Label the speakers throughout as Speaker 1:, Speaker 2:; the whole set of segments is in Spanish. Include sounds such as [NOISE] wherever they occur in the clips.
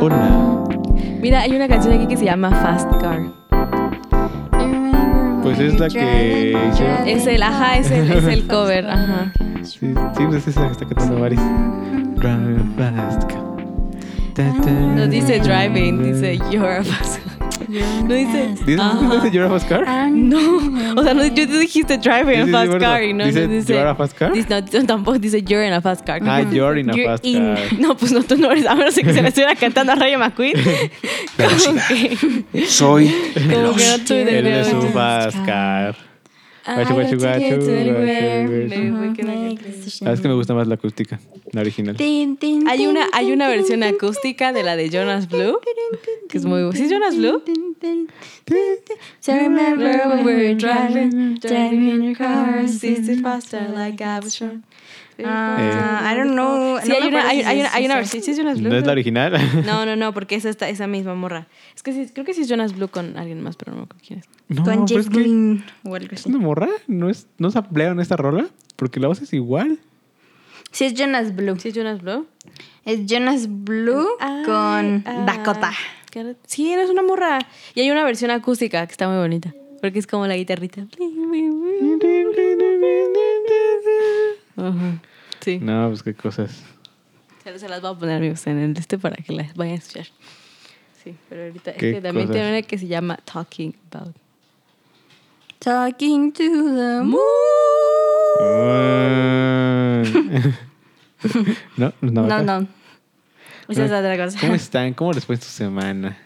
Speaker 1: por nada.
Speaker 2: Mira, hay una canción aquí que se llama Fast Car.
Speaker 1: Pues es la que hicieron-
Speaker 2: Es el, ajá, es el, es el
Speaker 3: [LAUGHS]
Speaker 2: cover, ajá.
Speaker 1: Sí, sí, pues es la que está cantando Varis. Drive fast car. Ta, ta,
Speaker 2: No dice driving, dice you're a fast car. [LAUGHS] No dice.
Speaker 1: ¿Dice, ¿No
Speaker 2: Ajá.
Speaker 1: dice
Speaker 2: Ah,
Speaker 1: You're a fast car?
Speaker 2: No, [LAUGHS] o sea, no, yo te dijiste driving
Speaker 1: Sí, sí,
Speaker 2: a
Speaker 1: sí,
Speaker 2: fast
Speaker 1: verdad.
Speaker 2: car y no
Speaker 1: ¿Dice
Speaker 2: no dice.
Speaker 1: you're a fast car?
Speaker 2: Dice, no, [LAUGHS] tampoco dice you're in a fast car. [LAUGHS]
Speaker 1: Ah, You're in a
Speaker 3: You're
Speaker 1: fast
Speaker 3: in.
Speaker 1: car.
Speaker 2: No, pues no, tú no eres. A menos que se la estuviera cantando a Rayo
Speaker 1: [LAUGHS]
Speaker 2: McQueen. [LAUGHS] Como que, [LAUGHS]
Speaker 4: Soy
Speaker 2: como que no tuve
Speaker 1: Él es un
Speaker 2: de
Speaker 1: fast car. Guachu, guachu, guachu, guachu, guachu. Sabes Ah, que me gusta más la acústica, la original.
Speaker 2: hay una, hay una versión acústica de la de Jonas Blue. que es muy bu- ¿Sí es Jonas Blue?
Speaker 3: So remember when we were driving, driving in your car, 60 faster like I was sure. Ah, I don't know.
Speaker 2: Sí,
Speaker 3: no me
Speaker 2: hay, una,
Speaker 3: acuerdo
Speaker 2: hay,
Speaker 3: si
Speaker 2: hay
Speaker 3: es
Speaker 2: una, hay una
Speaker 3: esa.
Speaker 2: versión. ¿Sí es Jonas Blue?
Speaker 1: ¿No es la original?
Speaker 2: No, no, no, porque es esta, esa misma morra. Es que sí, creo que sí es Jonas Blue con alguien más, pero no me acuerdo quién es.
Speaker 1: [LAUGHS] No,
Speaker 3: Con
Speaker 1: pero
Speaker 3: Jeff
Speaker 1: es que-
Speaker 3: Green o algo
Speaker 1: ¿Es
Speaker 3: así.
Speaker 1: una morra? ¿No, es, ¿No se emplearon esta rola? Porque la voz es igual.
Speaker 3: Sí, es Jonas Blue.
Speaker 2: ¿Sí es Jonas Blue?
Speaker 3: Es Jonas
Speaker 2: Uh,
Speaker 3: Blue con
Speaker 2: Ay,
Speaker 3: Dakota.
Speaker 2: ah, claro. Sí, no es una morra. Y hay una versión acústica que está muy bonita. Porque es como la guitarrita. Ajá, Sí.
Speaker 1: No, pues qué cosas.
Speaker 2: Se, se las voy a poner amigos en el este para que las vayan a escuchar. Sí, pero ahorita es
Speaker 1: Qué
Speaker 2: que también
Speaker 1: cosas.
Speaker 2: tiene una que se llama Talking About.
Speaker 3: Talking to
Speaker 2: Ah.
Speaker 3: the moon.
Speaker 1: Ah. [LAUGHS] no, no,
Speaker 3: No,
Speaker 1: ¿verdad?
Speaker 3: no. Esa es
Speaker 1: No.
Speaker 3: otra cosa.
Speaker 1: ¿Cómo están? ¿Cómo les fue su semana?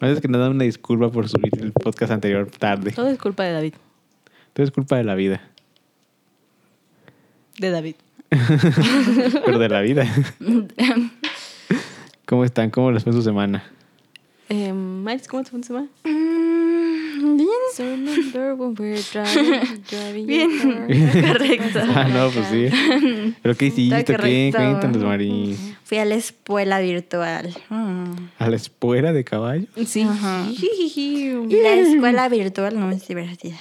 Speaker 1: A veces que nos dan una disculpa por subir el podcast anterior
Speaker 2: [LAUGHS]
Speaker 1: tarde.
Speaker 2: Todo es culpa de David.
Speaker 1: Todo es culpa de la vida.
Speaker 2: De David.
Speaker 1: Pero de la
Speaker 3: [LAUGHS]
Speaker 1: vida. ¿Cómo están? ¿Cómo les fue su semana?
Speaker 2: Eh, Miles, ¿cómo te fue tu semana?
Speaker 3: Mm, Bien,
Speaker 2: So remember when we were driving, driving your car.
Speaker 3: [LAUGHS] correcto.
Speaker 1: Ah, no, pues sí. ¿Pero qué hiciste?
Speaker 3: Está
Speaker 1: ¿Qué?
Speaker 3: correcto.
Speaker 1: Cuéntanos, Marín.
Speaker 3: Fui a la escuela virtual. Mm.
Speaker 1: ¿A la espuela de caballo?
Speaker 2: Sí.
Speaker 3: Ajá.
Speaker 2: Jijiji.
Speaker 3: Y la escuela virtual no es divertida.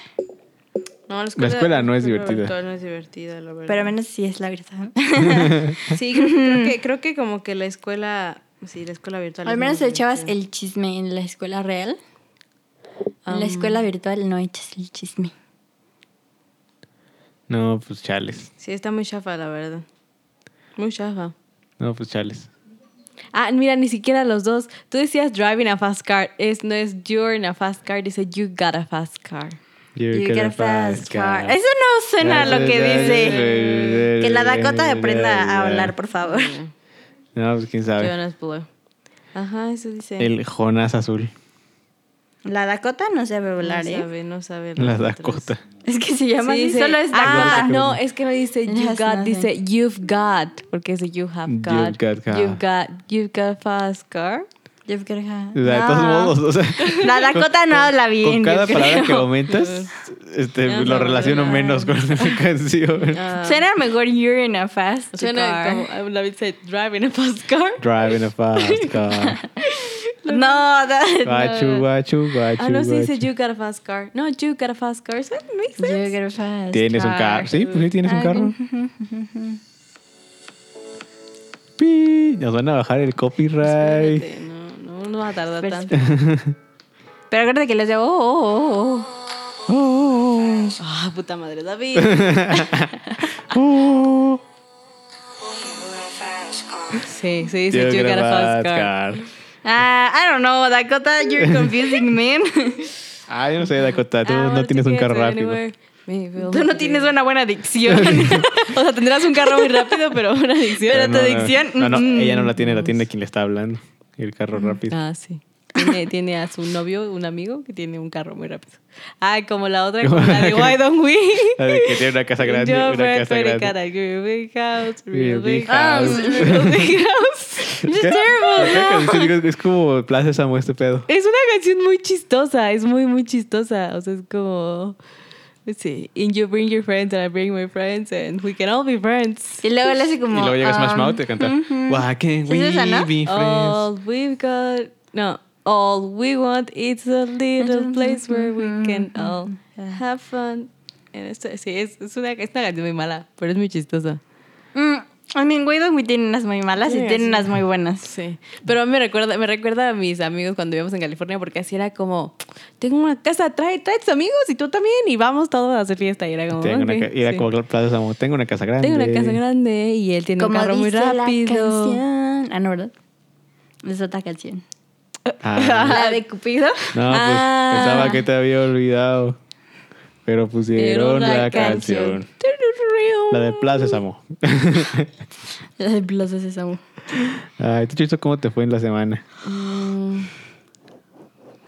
Speaker 2: No,
Speaker 1: La escuela no es divertida.
Speaker 2: virtual no es divertida, la verdad.
Speaker 3: Pero menos si es la [LAUGHS] virtual.
Speaker 2: Sí, creo, creo que, creo que como que la escuela. Sí, la escuela virtual.
Speaker 3: Al
Speaker 2: es
Speaker 3: menos
Speaker 2: muy
Speaker 3: echabas
Speaker 2: divertida.
Speaker 3: el chisme en la escuela real. En la escuela virtual no echas el chisme.
Speaker 1: No, pues chales.
Speaker 2: Sí, está muy chafa, la verdad. Muy chafa.
Speaker 1: No, pues chales.
Speaker 2: Ah, mira, ni siquiera los dos. Tú decías driving a fast car. Es, no es you're in a fast car, dice you got a fast car.
Speaker 1: You
Speaker 3: You
Speaker 1: get
Speaker 3: get
Speaker 1: a
Speaker 3: a fast car.
Speaker 1: car.
Speaker 3: Eso no suena a lo que dice. Que la Dakota aprenda a hablar, por favor.
Speaker 1: No, pues quién sabe.
Speaker 2: Jonas Blue. Ajá, eso dice.
Speaker 1: El Jonás Azul.
Speaker 3: La Dakota no sabe hablar,
Speaker 2: no
Speaker 3: ¿eh?
Speaker 2: sabe, no sabe. los
Speaker 1: La
Speaker 2: otros.
Speaker 1: Dakota.
Speaker 3: Es que se llama
Speaker 2: Sí,
Speaker 3: así,
Speaker 2: dice-
Speaker 3: solo es
Speaker 2: Ah,
Speaker 3: Dakota.
Speaker 2: no, es que no dice
Speaker 3: It
Speaker 2: you
Speaker 3: has
Speaker 2: got,
Speaker 3: nothing.
Speaker 2: dice you've got, porque es you have
Speaker 1: You've
Speaker 2: got.
Speaker 1: got car.
Speaker 2: You've got, you've got fast car.
Speaker 3: Yo creo que-
Speaker 1: O sea, de todos
Speaker 3: No.
Speaker 2: [LAUGHS]
Speaker 1: modos, o sea, [LAUGHS]
Speaker 3: La Dakota no habla bien.
Speaker 1: con cada
Speaker 3: yo creo. [LAUGHS]
Speaker 1: palabra que aumentas,
Speaker 2: Ya
Speaker 1: este,
Speaker 2: no Ah.
Speaker 1: lo
Speaker 2: sabe
Speaker 1: relaciono
Speaker 2: hablar.
Speaker 1: menos con la
Speaker 2: [LAUGHS]
Speaker 1: canción.
Speaker 3: Suena mejor You're in a fast car.
Speaker 2: Suena como David said, driving a fast car.
Speaker 1: Driving
Speaker 2: [LAUGHS]
Speaker 1: a fast car.
Speaker 3: No, no.
Speaker 1: Guachu, guachu, guachu.
Speaker 2: Ah, no, sí dice
Speaker 1: guachu.
Speaker 2: you got a fast car. No, you got a fast car. Eso no makes sense.
Speaker 3: You're a fast
Speaker 1: Tienes un carro. Sí, pues sí, tienes
Speaker 2: [LAUGHS]
Speaker 1: un carro. Pi, Nos van a bajar el copyright.
Speaker 2: Espérate, No, no, no va a tardar
Speaker 3: Espera,
Speaker 2: tanto.
Speaker 3: Pero acuérdate que les digo, oh, oh, oh, oh.
Speaker 2: Ah, puta madre, David. Ah.
Speaker 1: Oh.
Speaker 2: Sí, sí dice you got a fast car.
Speaker 3: Ah, I don't know, Dakota,
Speaker 1: [LAUGHS]
Speaker 3: you're confusing [LAUGHS] me.
Speaker 1: Ah, yo no sé, Dakota, tú
Speaker 2: I
Speaker 1: no
Speaker 2: want to
Speaker 1: tienes un
Speaker 2: get
Speaker 1: carro rápido.
Speaker 2: anywhere. Me will
Speaker 3: Tú no
Speaker 2: never-
Speaker 3: tienes una
Speaker 1: [LAUGHS]
Speaker 3: buena dicción.
Speaker 2: O sea, tendrás un carro muy rápido, pero [LAUGHS] una adicción.
Speaker 1: Pero
Speaker 3: tu dicción,
Speaker 1: No, no,
Speaker 3: mm,
Speaker 1: ella no la tiene, la tiene quien le está hablando. El carro rápido.
Speaker 2: Ah, sí.
Speaker 1: [LAUGHS]
Speaker 2: Tiene, tiene a su novio, un amigo, que tiene un carro muy rápido. Ay, como la
Speaker 1: [LAUGHS]
Speaker 2: otra, como la de Why Don't We.
Speaker 1: La de que tiene [LAUGHS] una casa grande,
Speaker 2: Yo,
Speaker 1: una
Speaker 2: Fred,
Speaker 1: casa
Speaker 2: Freddy,
Speaker 1: grande.
Speaker 2: got a real big house,
Speaker 1: Real
Speaker 2: real
Speaker 1: big
Speaker 2: big
Speaker 1: house.
Speaker 2: house, real
Speaker 1: [LAUGHS]
Speaker 2: big house.
Speaker 1: Es que- la canción, digo, Es como Plaza Samo este pedo.
Speaker 2: Es una canción muy chistosa, es muy, muy chistosa. O sea, es como... Sí, and you bring your friends and I bring my friends and we can all be friends.
Speaker 3: y luego le hace
Speaker 1: [LAUGHS] Y
Speaker 3: como.
Speaker 1: luego llega Smash
Speaker 3: um,
Speaker 1: Mouth y canta Why can't
Speaker 3: ¿Es
Speaker 1: we
Speaker 3: esa, no?
Speaker 1: be friends?
Speaker 2: All we've got... No, all we want is a
Speaker 3: [LAUGHS]
Speaker 2: little place where we can all have Eh, fun. And esto- sí, es, es, una, es una canción muy mala, pero es muy chistosa.
Speaker 3: mm, I mean, Guido tiene unas muy malas y
Speaker 2: Sí,
Speaker 3: tiene
Speaker 2: sí.
Speaker 3: unas muy buenas.
Speaker 2: Sí, pero a mí me recuerda, me recuerda a mis amigos cuando vivíamos en California porque así era como, tengo una casa, trae, trae tus amigos y tú también y vamos todos a hacer fiesta. Y era como,
Speaker 1: Tengo una
Speaker 2: "Ok,
Speaker 1: ca- y era
Speaker 2: sí.
Speaker 1: como Plaza Sésamo, tengo una casa grande.
Speaker 2: tengo una casa grande y él tiene un carro muy
Speaker 3: dice la
Speaker 2: rápido.
Speaker 3: canción. Ah, no, ¿verdad? Es otra canción.
Speaker 1: Ah,
Speaker 3: [LAUGHS] La de Cupido.
Speaker 2: [LAUGHS]
Speaker 1: no, pues
Speaker 3: Ah.
Speaker 1: pensaba que te había olvidado. Pero pusieron
Speaker 3: Era una
Speaker 1: la canción.
Speaker 3: canción.
Speaker 1: La de Plaza Sésamo.
Speaker 3: La de Plaza Sésamo.
Speaker 1: [LAUGHS] Ay, tú chito, ¿cómo te fue en la semana?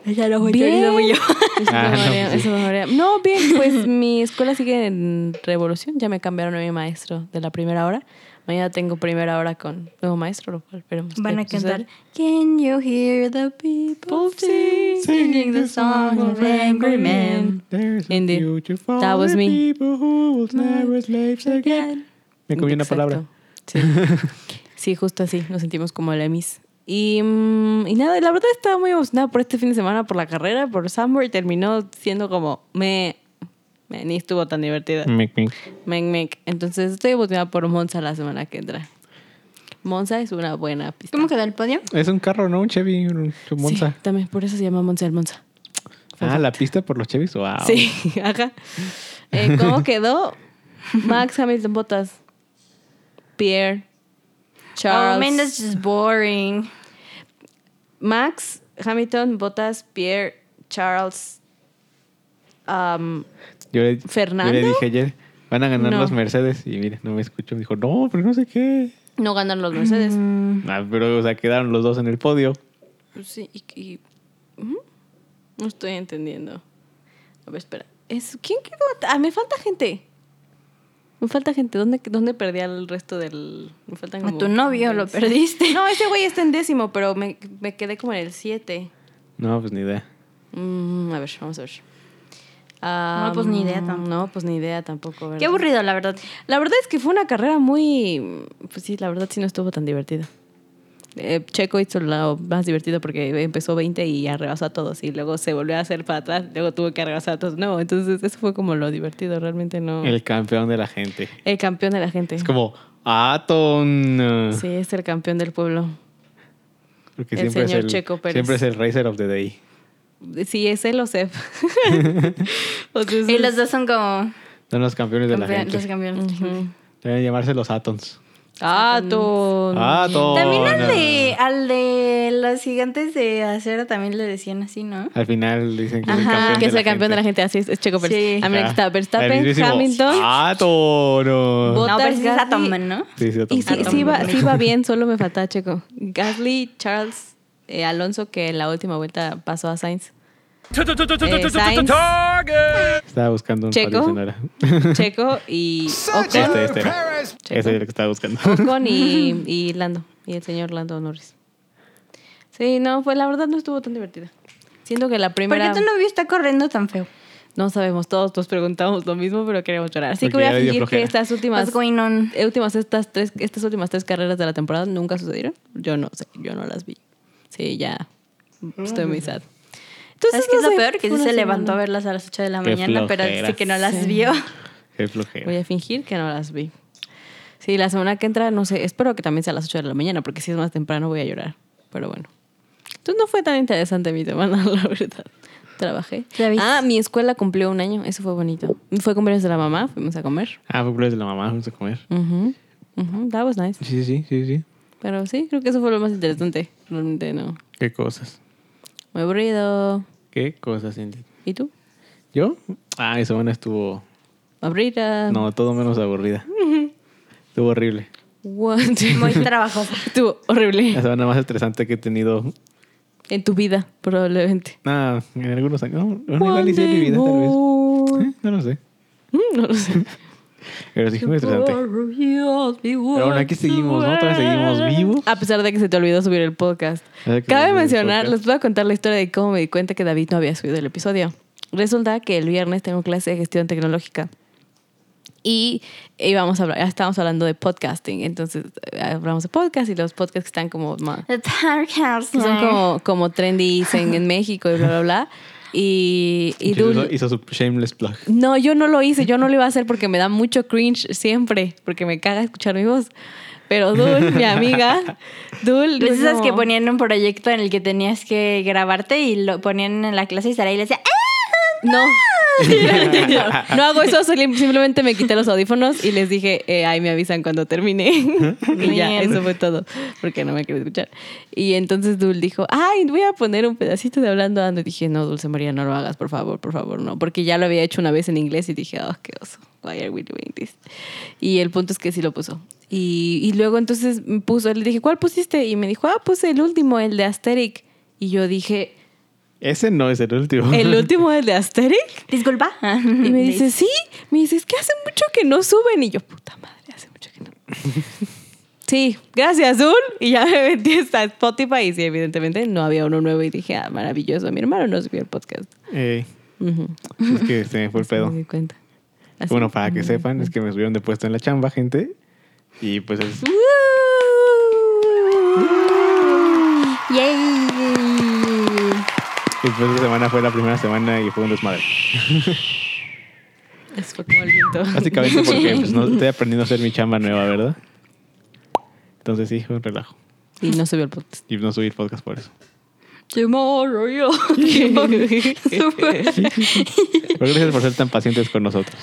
Speaker 3: Ella lo
Speaker 2: Bien. [LAUGHS]
Speaker 3: yo.
Speaker 2: Eso
Speaker 1: Ah,
Speaker 2: me
Speaker 1: no,
Speaker 2: marea,
Speaker 1: pues sí.
Speaker 2: eso me marea. No, bien, pues [LAUGHS] mi escuela sigue en revolución. Ya me cambiaron a mi maestro de la primera hora. Mañana tengo primera hora con nuevo maestro, lo cual esperemos. que
Speaker 3: Van a
Speaker 2: suceda.
Speaker 3: cantar. Can you hear the people sing, singing the song of angry men?
Speaker 1: There's a
Speaker 2: Indeed.
Speaker 1: future for
Speaker 2: That was
Speaker 1: the
Speaker 2: me. Mm.
Speaker 1: people who will never slaves again. Me comí una
Speaker 2: Exacto.
Speaker 1: palabra.
Speaker 2: Sí. Sí, justo así, nos sentimos como la Miss. Y, mm, y nada, la verdad estaba muy emocionada por este fin de semana, por la carrera, por Summer, y terminó siendo como, me, me, ni estuvo tan divertida.
Speaker 1: Mic, mic.
Speaker 2: Mec, mec. Entonces estoy emocionada por Monza la semana que entra. Monza es una buena pista.
Speaker 3: ¿Cómo quedó el podio?
Speaker 1: Es un carro, ¿no? Un Chevy, un un
Speaker 2: Sí,
Speaker 1: Monza.
Speaker 2: también por eso se llama Monza el Monza.
Speaker 1: Ah, la pista por los Chevys. Wow.
Speaker 2: Sí, [LAUGHS] ajá. Eh, ¿Cómo quedó? Max Hamilton Botas. Pierre. Charles.
Speaker 3: Oh, man, that's just boring.
Speaker 2: Max Hamilton Botas. Pierre. Charles. um,
Speaker 1: Yo le,
Speaker 2: ¿Fernando?
Speaker 1: yo le dije ayer, van a ganar
Speaker 2: No.
Speaker 1: los Mercedes. Y mira, no me escuchó. Me dijo, no, pero no sé qué.
Speaker 2: no ganan los Mercedes. Mm.
Speaker 1: Ah, pero, o sea, quedaron los dos en el podio.
Speaker 2: Pues sí, y, y- ujú. No estoy entendiendo. A ver, espera. Es, ¿Quién quedó? at- Ah, me falta gente. Me falta gente. ¿Dónde, dónde perdí al resto del...? Me faltan
Speaker 3: A
Speaker 2: como-
Speaker 3: tu novio lo perdiste.
Speaker 2: No, ese güey está en décimo, pero me, me quedé como en el 7.
Speaker 1: No, pues ni idea.
Speaker 2: Mm, a ver, vamos a ver.
Speaker 3: No, pues, ni idea
Speaker 2: Ah,
Speaker 3: tampoco.
Speaker 2: No, pues ni idea tampoco. ¿verdad?
Speaker 3: Qué aburrido, la verdad.
Speaker 2: La verdad es que fue una carrera muy... Pues sí, la verdad sí no estuvo tan divertida. Eh, Checo hizo lo más divertido porque empezó 20 y ya rebasó a todos y luego se volvió a hacer para atrás, luego tuvo que rebasar a todos. No, entonces eso fue como lo divertido, realmente no. El,
Speaker 1: El campeón de la gente.
Speaker 2: campeón de la gente.
Speaker 1: Es como, Aton.
Speaker 2: Sí, es el campeón del pueblo.
Speaker 1: Porque
Speaker 2: el
Speaker 1: siempre
Speaker 2: señor
Speaker 1: es el,
Speaker 2: Checo Pérez.
Speaker 1: Siempre es el racer of the day.
Speaker 2: Sí, es el
Speaker 1: [LAUGHS]
Speaker 2: OSEF.
Speaker 3: Y los dos son como
Speaker 1: Son los campeones de la
Speaker 3: campeón- los
Speaker 1: gente.
Speaker 3: campeones.
Speaker 1: Deben llamarse los Atons.
Speaker 2: Aton.
Speaker 1: Aton.
Speaker 3: También al de, al de los gigantes de acero también le decían así, ¿no?
Speaker 1: Al final dicen que es el
Speaker 3: Ajá,
Speaker 1: campeón,
Speaker 2: que es
Speaker 1: de,
Speaker 2: el
Speaker 1: la
Speaker 2: campeón de la
Speaker 1: gente. Ah,
Speaker 2: gente, así es, es Checo Pérez.
Speaker 3: Sí.
Speaker 2: Ah, mira, aquí está Verstappen, Hamilton.
Speaker 1: Aton.
Speaker 2: Bot-
Speaker 3: No, pero sí es
Speaker 2: Gasly.
Speaker 3: Atom, ¿no?
Speaker 1: Sí, sí, Aton.
Speaker 2: Y sí,
Speaker 3: Atom.
Speaker 2: sí iba, sí
Speaker 1: [LAUGHS]
Speaker 2: iba bien, solo me faltaba Checo. Gasly, Charles, eh, Alonso, que en la última vuelta pasó a
Speaker 1: [LAUGHS]
Speaker 2: Sainz. Eh, Sainz,
Speaker 1: Estaba buscando un
Speaker 2: Checo.
Speaker 1: Checo. sonora.
Speaker 2: Checo y
Speaker 1: Este,
Speaker 2: Ocon,
Speaker 1: [LAUGHS] este. era. Ese es el que
Speaker 2: [LAUGHS]
Speaker 1: estaba buscando.
Speaker 2: Ocon y, y Lando. Y el señor Lando Norris. Sí, no, pues la verdad no estuvo tan divertida. Siento que la
Speaker 3: ¿Por qué
Speaker 2: primera...
Speaker 3: tu novio está corriendo tan feo?
Speaker 2: No sabemos, todos nos preguntamos lo mismo, pero queremos llorar. Así que
Speaker 1: Porque
Speaker 2: voy
Speaker 1: ya
Speaker 2: a
Speaker 1: le dio
Speaker 2: fingir que
Speaker 1: flojera.
Speaker 2: estas últimas...
Speaker 3: What's going on?
Speaker 2: eh, últimas estas tres estas últimas tres carreras de la temporada nunca sucedieron yo no sé yo no las vi sí ya estoy muy sad
Speaker 3: ¿Sabes qué es lo peor? Que sí
Speaker 2: dice
Speaker 3: se levantó a verlas a las 8 de la
Speaker 1: Qué
Speaker 3: mañana, pero
Speaker 1: flojera.
Speaker 3: sí que no las
Speaker 2: Sí. [LAUGHS]
Speaker 3: vio.
Speaker 1: Qué flojera.
Speaker 2: voy a fingir que no las vi sí la semana que entra no sé espero que también sea a las 8 de la mañana porque si es más temprano voy a llorar pero bueno entonces no fue tan interesante mi semana [LAUGHS] la verdad trabajé
Speaker 3: Ya ves.
Speaker 2: ah mi escuela cumplió un año eso fue bonito fue cumpleaños de la mamá fuimos a comer
Speaker 1: Ah, fue cumpleaños de la mamá, vamos a comer.
Speaker 2: Ujú, ujú, that was nice
Speaker 1: Sí, sí, sí, sí.
Speaker 2: pero sí creo que eso fue lo más interesante realmente no
Speaker 1: Qué cosas.
Speaker 2: Muy aburrido.
Speaker 1: Qué cosas, Cindy.
Speaker 2: ¿Y tú?
Speaker 1: ¿Yo? Ah, mi semana estuvo...
Speaker 2: Aburrida.
Speaker 1: No, todo menos aburrida. Estuvo horrible.
Speaker 2: What?
Speaker 3: Muy trabajosa.
Speaker 2: Estuvo horrible
Speaker 1: La semana más estresante que he tenido.
Speaker 2: en tu vida, probablemente. [LAUGHS]
Speaker 1: Nada, en algunos años. No, bueno, igual hice mi vida, tal vez.
Speaker 2: vez.
Speaker 1: ¿Eh? No lo sé.
Speaker 2: Mm, No lo sé.
Speaker 1: Pero sí, fue muy estresante.
Speaker 2: Pero
Speaker 1: Pero bueno, aquí seguimos, ¿no? Todavía seguimos vivos.
Speaker 2: A pesar de que se te olvidó subir el podcast.
Speaker 1: Ahora que
Speaker 2: Cabe
Speaker 1: subimos el
Speaker 2: mencionar,
Speaker 1: podcast.
Speaker 2: les voy a contar la historia de cómo me di cuenta que David no había subido el episodio. Resulta que el viernes tengo clase de gestión tecnológica. Y íbamos a hablar, ya estábamos hablando de podcasting. Entonces eh, hablamos de podcast y los podcasts que están como más,
Speaker 3: The Dark House. [LAUGHS]
Speaker 2: que son como, como trendy dicen en México y bla, bla, bla. Y, y
Speaker 1: Hizo-
Speaker 2: Dul-
Speaker 1: Hizo su shameless plug.
Speaker 2: No, yo no lo hice, yo no lo iba a hacer porque me da mucho cringe siempre, porque me caga escuchar mi voz. Pero Dul, mi amiga, Dul.
Speaker 3: ¿Ves
Speaker 2: pues,
Speaker 3: esas
Speaker 2: no.
Speaker 3: que ponían un proyecto en el que tenías que grabarte y lo ponían en la clase y Sara y le decía, "Ah,
Speaker 2: No. no, no hago eso, soli- simplemente me quité los audífonos y les dije, eh, ay, me avisan cuando termine. [LAUGHS] y ya,
Speaker 3: Bien.
Speaker 2: eso fue todo, porque no me quería escuchar. Y entonces Dul dijo, ay, voy a poner un pedacito de Hablando Ando. Y dije, no, Dulce María, no lo hagas, por favor, por favor, no. Porque ya lo había hecho una vez en inglés y dije, oh, qué oso. Why are we doing this? Y el punto es que sí lo puso. Y, y luego entonces me puso, le dije, ¿cuál pusiste? Y me dijo, ah, puse el último, el de Asterix. Y yo dije,
Speaker 1: Ese no es el último. [LAUGHS]
Speaker 2: ¿el último, el de Asterix?
Speaker 3: disculpa.
Speaker 2: [LAUGHS] Y me
Speaker 3: [LAUGHS]
Speaker 2: dice, sí. Me dice, es que hace mucho que no suben. Y yo, puta madre, hace mucho que no. [LAUGHS] sí, gracias, Zul. Y ya me metí hasta Spotify. Y sí, evidentemente no había uno nuevo. Y dije, ah, maravilloso. Mi hermano no subió el podcast.
Speaker 1: Ey,
Speaker 2: Ujú.
Speaker 1: es que se me fue el
Speaker 2: Así [LAUGHS]
Speaker 1: pedo.
Speaker 2: Me di cuenta. Así. Mm,
Speaker 1: Bueno, para que sepan, es que me subieron de puesto en la chamba, gente. Y pues es-
Speaker 3: Yay.
Speaker 1: después de esa semana fue la primera semana y fue
Speaker 2: [LAUGHS]
Speaker 1: un desmadre.
Speaker 2: Eso fue como el viento.
Speaker 1: Básicamente porque pues, no estoy aprendiendo a hacer mi chamba nueva, ¿verdad? Entonces sí, fue un relajo.
Speaker 2: [LAUGHS] Y no subió el podcast.
Speaker 1: Y no subir podcast por eso.
Speaker 3: Tomorrow yo. [LAUGHS]
Speaker 1: Pero gracias por ser tan pacientes con nosotros.